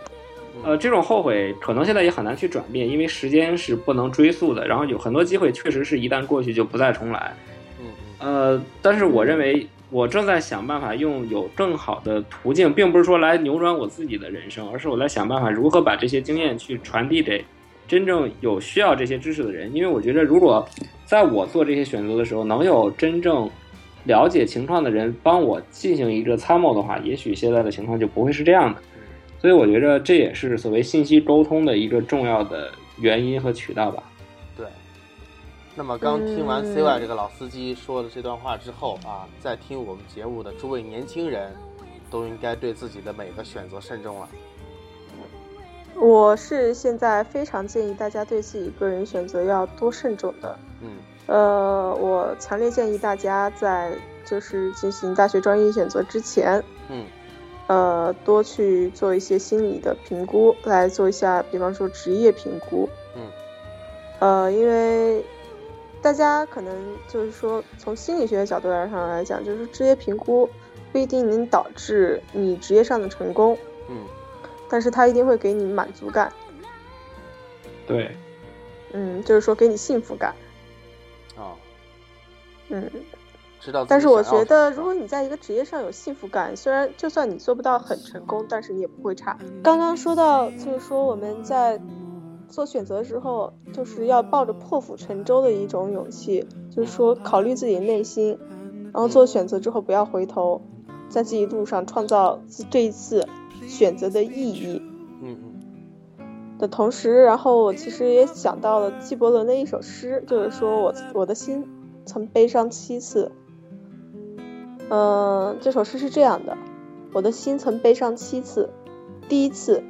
呃，这种后悔可能现在也很难去转变，因为时间是不能追溯的。然后有很多机会确实是一旦过去就不再重来。
嗯
呃，但是我认为我正在想办法用有更好的途径，并不是说来扭转我自己的人生，而是我在想办法如何把这些经验去传递给真正有需要这些知识的人。因为我觉得，如果在我做这些选择的时候，能有真正了解情况的人帮我进行一个参谋的话，也许现在的情况就不会是这样的。所以我觉着这也是所谓信息沟通的一个重要的原因和渠道吧。
对。那么刚听完
嗯
CY 这个老司机说的这段话之后啊，在听我们节目的诸位年轻人，都应该对自己的每个选择慎重了。
我是现在非常建议大家对自己个人选择要多慎重的。
嗯
呃，我强烈建议大家在就是进行大学专业选择之前，
嗯
呃，多去做一些心理的评估，来做一下，比方说职业评估。
嗯。
呃，因为大家可能就是说，从心理学的角度来上来讲，就是职业评估不一定能导致你职业上的成功，
嗯
但是它一定会给你满足感，
对，
嗯，就是说给你幸福感，
啊、
嗯。
知道自己想要什么。
但是我觉得，如果你在一个职业上有幸福感，虽然就算你做不到很成功，但是你也不会差。刚刚说到，就是说我们在做选择的时候，就是要抱着破釜沉舟的一种勇气，就是说考虑自己的内心，然后做选择之后不要回头，在自己路上创造自这一次选择的意义
嗯嗯
的同时，然后我其实也想到了纪伯伦的一首诗，就是说我我的心曾悲伤七次。嗯、这首诗是这样的：我的心曾悲伤七次。第一次，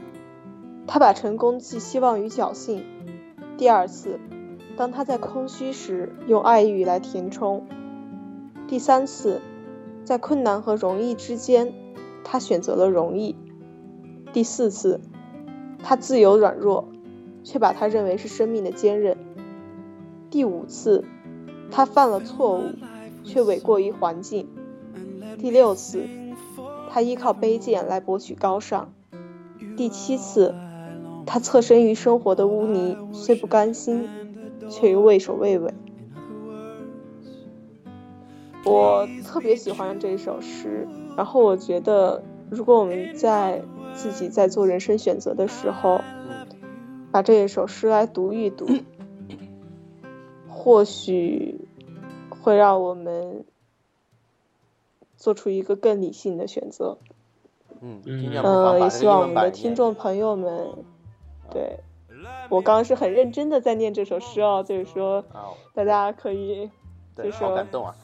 他把成功寄希望于侥幸；第二次，当他在空虚时用爱欲来填充；第三次，在困难和容易之间，他选择了容易；第四次，他自由软弱，却把它认为是生命的坚韧。第五次，他犯了错误，却诿过于环境。第六次，他依靠卑贱来博取高尚。第七次，他侧身于生活的污泥，虽不甘心，却又畏首畏尾。我特别喜欢这首诗，然后我觉得，如果我们在自己在做人生选择的时候，
嗯
把这一首诗来读一读，或许会让我们做出一个更理性的选择。
嗯，
嗯
今天不妨
嗯，
把
也
这
希
个
望
英
我
文
们
版
的
也
听众朋友们，对我刚刚是很认真的在念这首诗哦，就是说
啊，
大家可以
对，
就
好
是
感动啊！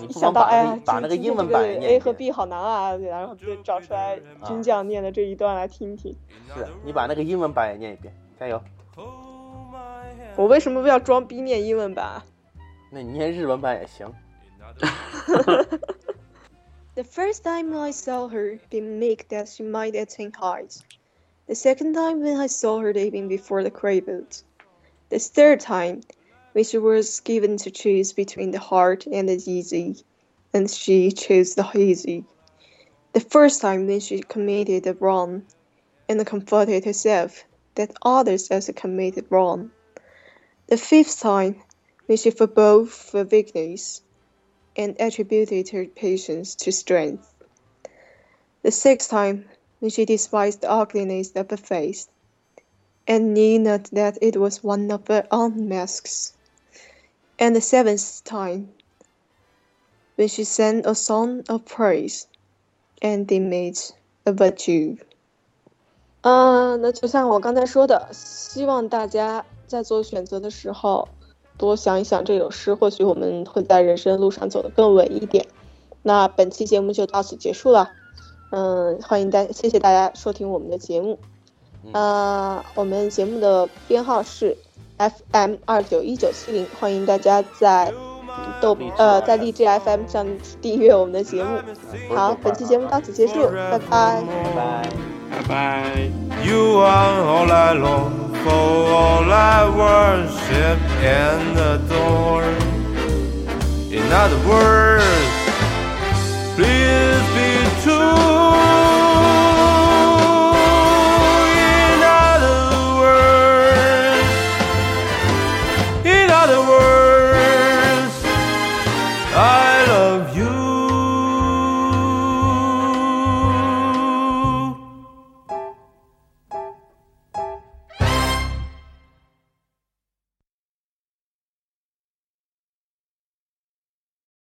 你
一
不
想
妨
到
把
哎
那个
呀，
把
这
那个
今
英
天
文
这个
版也念一
A 和
遍
B 好难啊，然后就找出来
啊
军将念的这一段来听听。
是你把那个英文版也念一遍，加油！
我为什么要装逼念英文版？
那你念日文版也行。
The first time I saw her, they make that she might attain heights. The second time when I saw her the evening before the cradled. The third time, when she was given to choose between the hard and the easy, and she chose the easy. The first time when she committed a wrong, and comforted herself that others also committed wrong. The fifth time, when she forbore for weakness and attributed her patience to strength. The sixth time, when she despised the ugliness of her face, and knew not that it was one of her own masks. And the seventh time, when she sang a song of praise, and they made a virtue. 嗯，那就像我刚才说的，希望大家在做选择的时候，多想一想这首诗，或许我们会在人生路上走得更稳一点。那本期节目就到此结束了，嗯，欢迎大，谢谢大家收听我们的节目。呃，我们节目的编号是 FM 二九一九七零，欢迎大家在豆呃在荔枝 FM 上订阅我们的节目。好，本期节目到此结束，拜拜。
拜拜。
拜拜。
You are all I long for, all I worship and adore. In other words,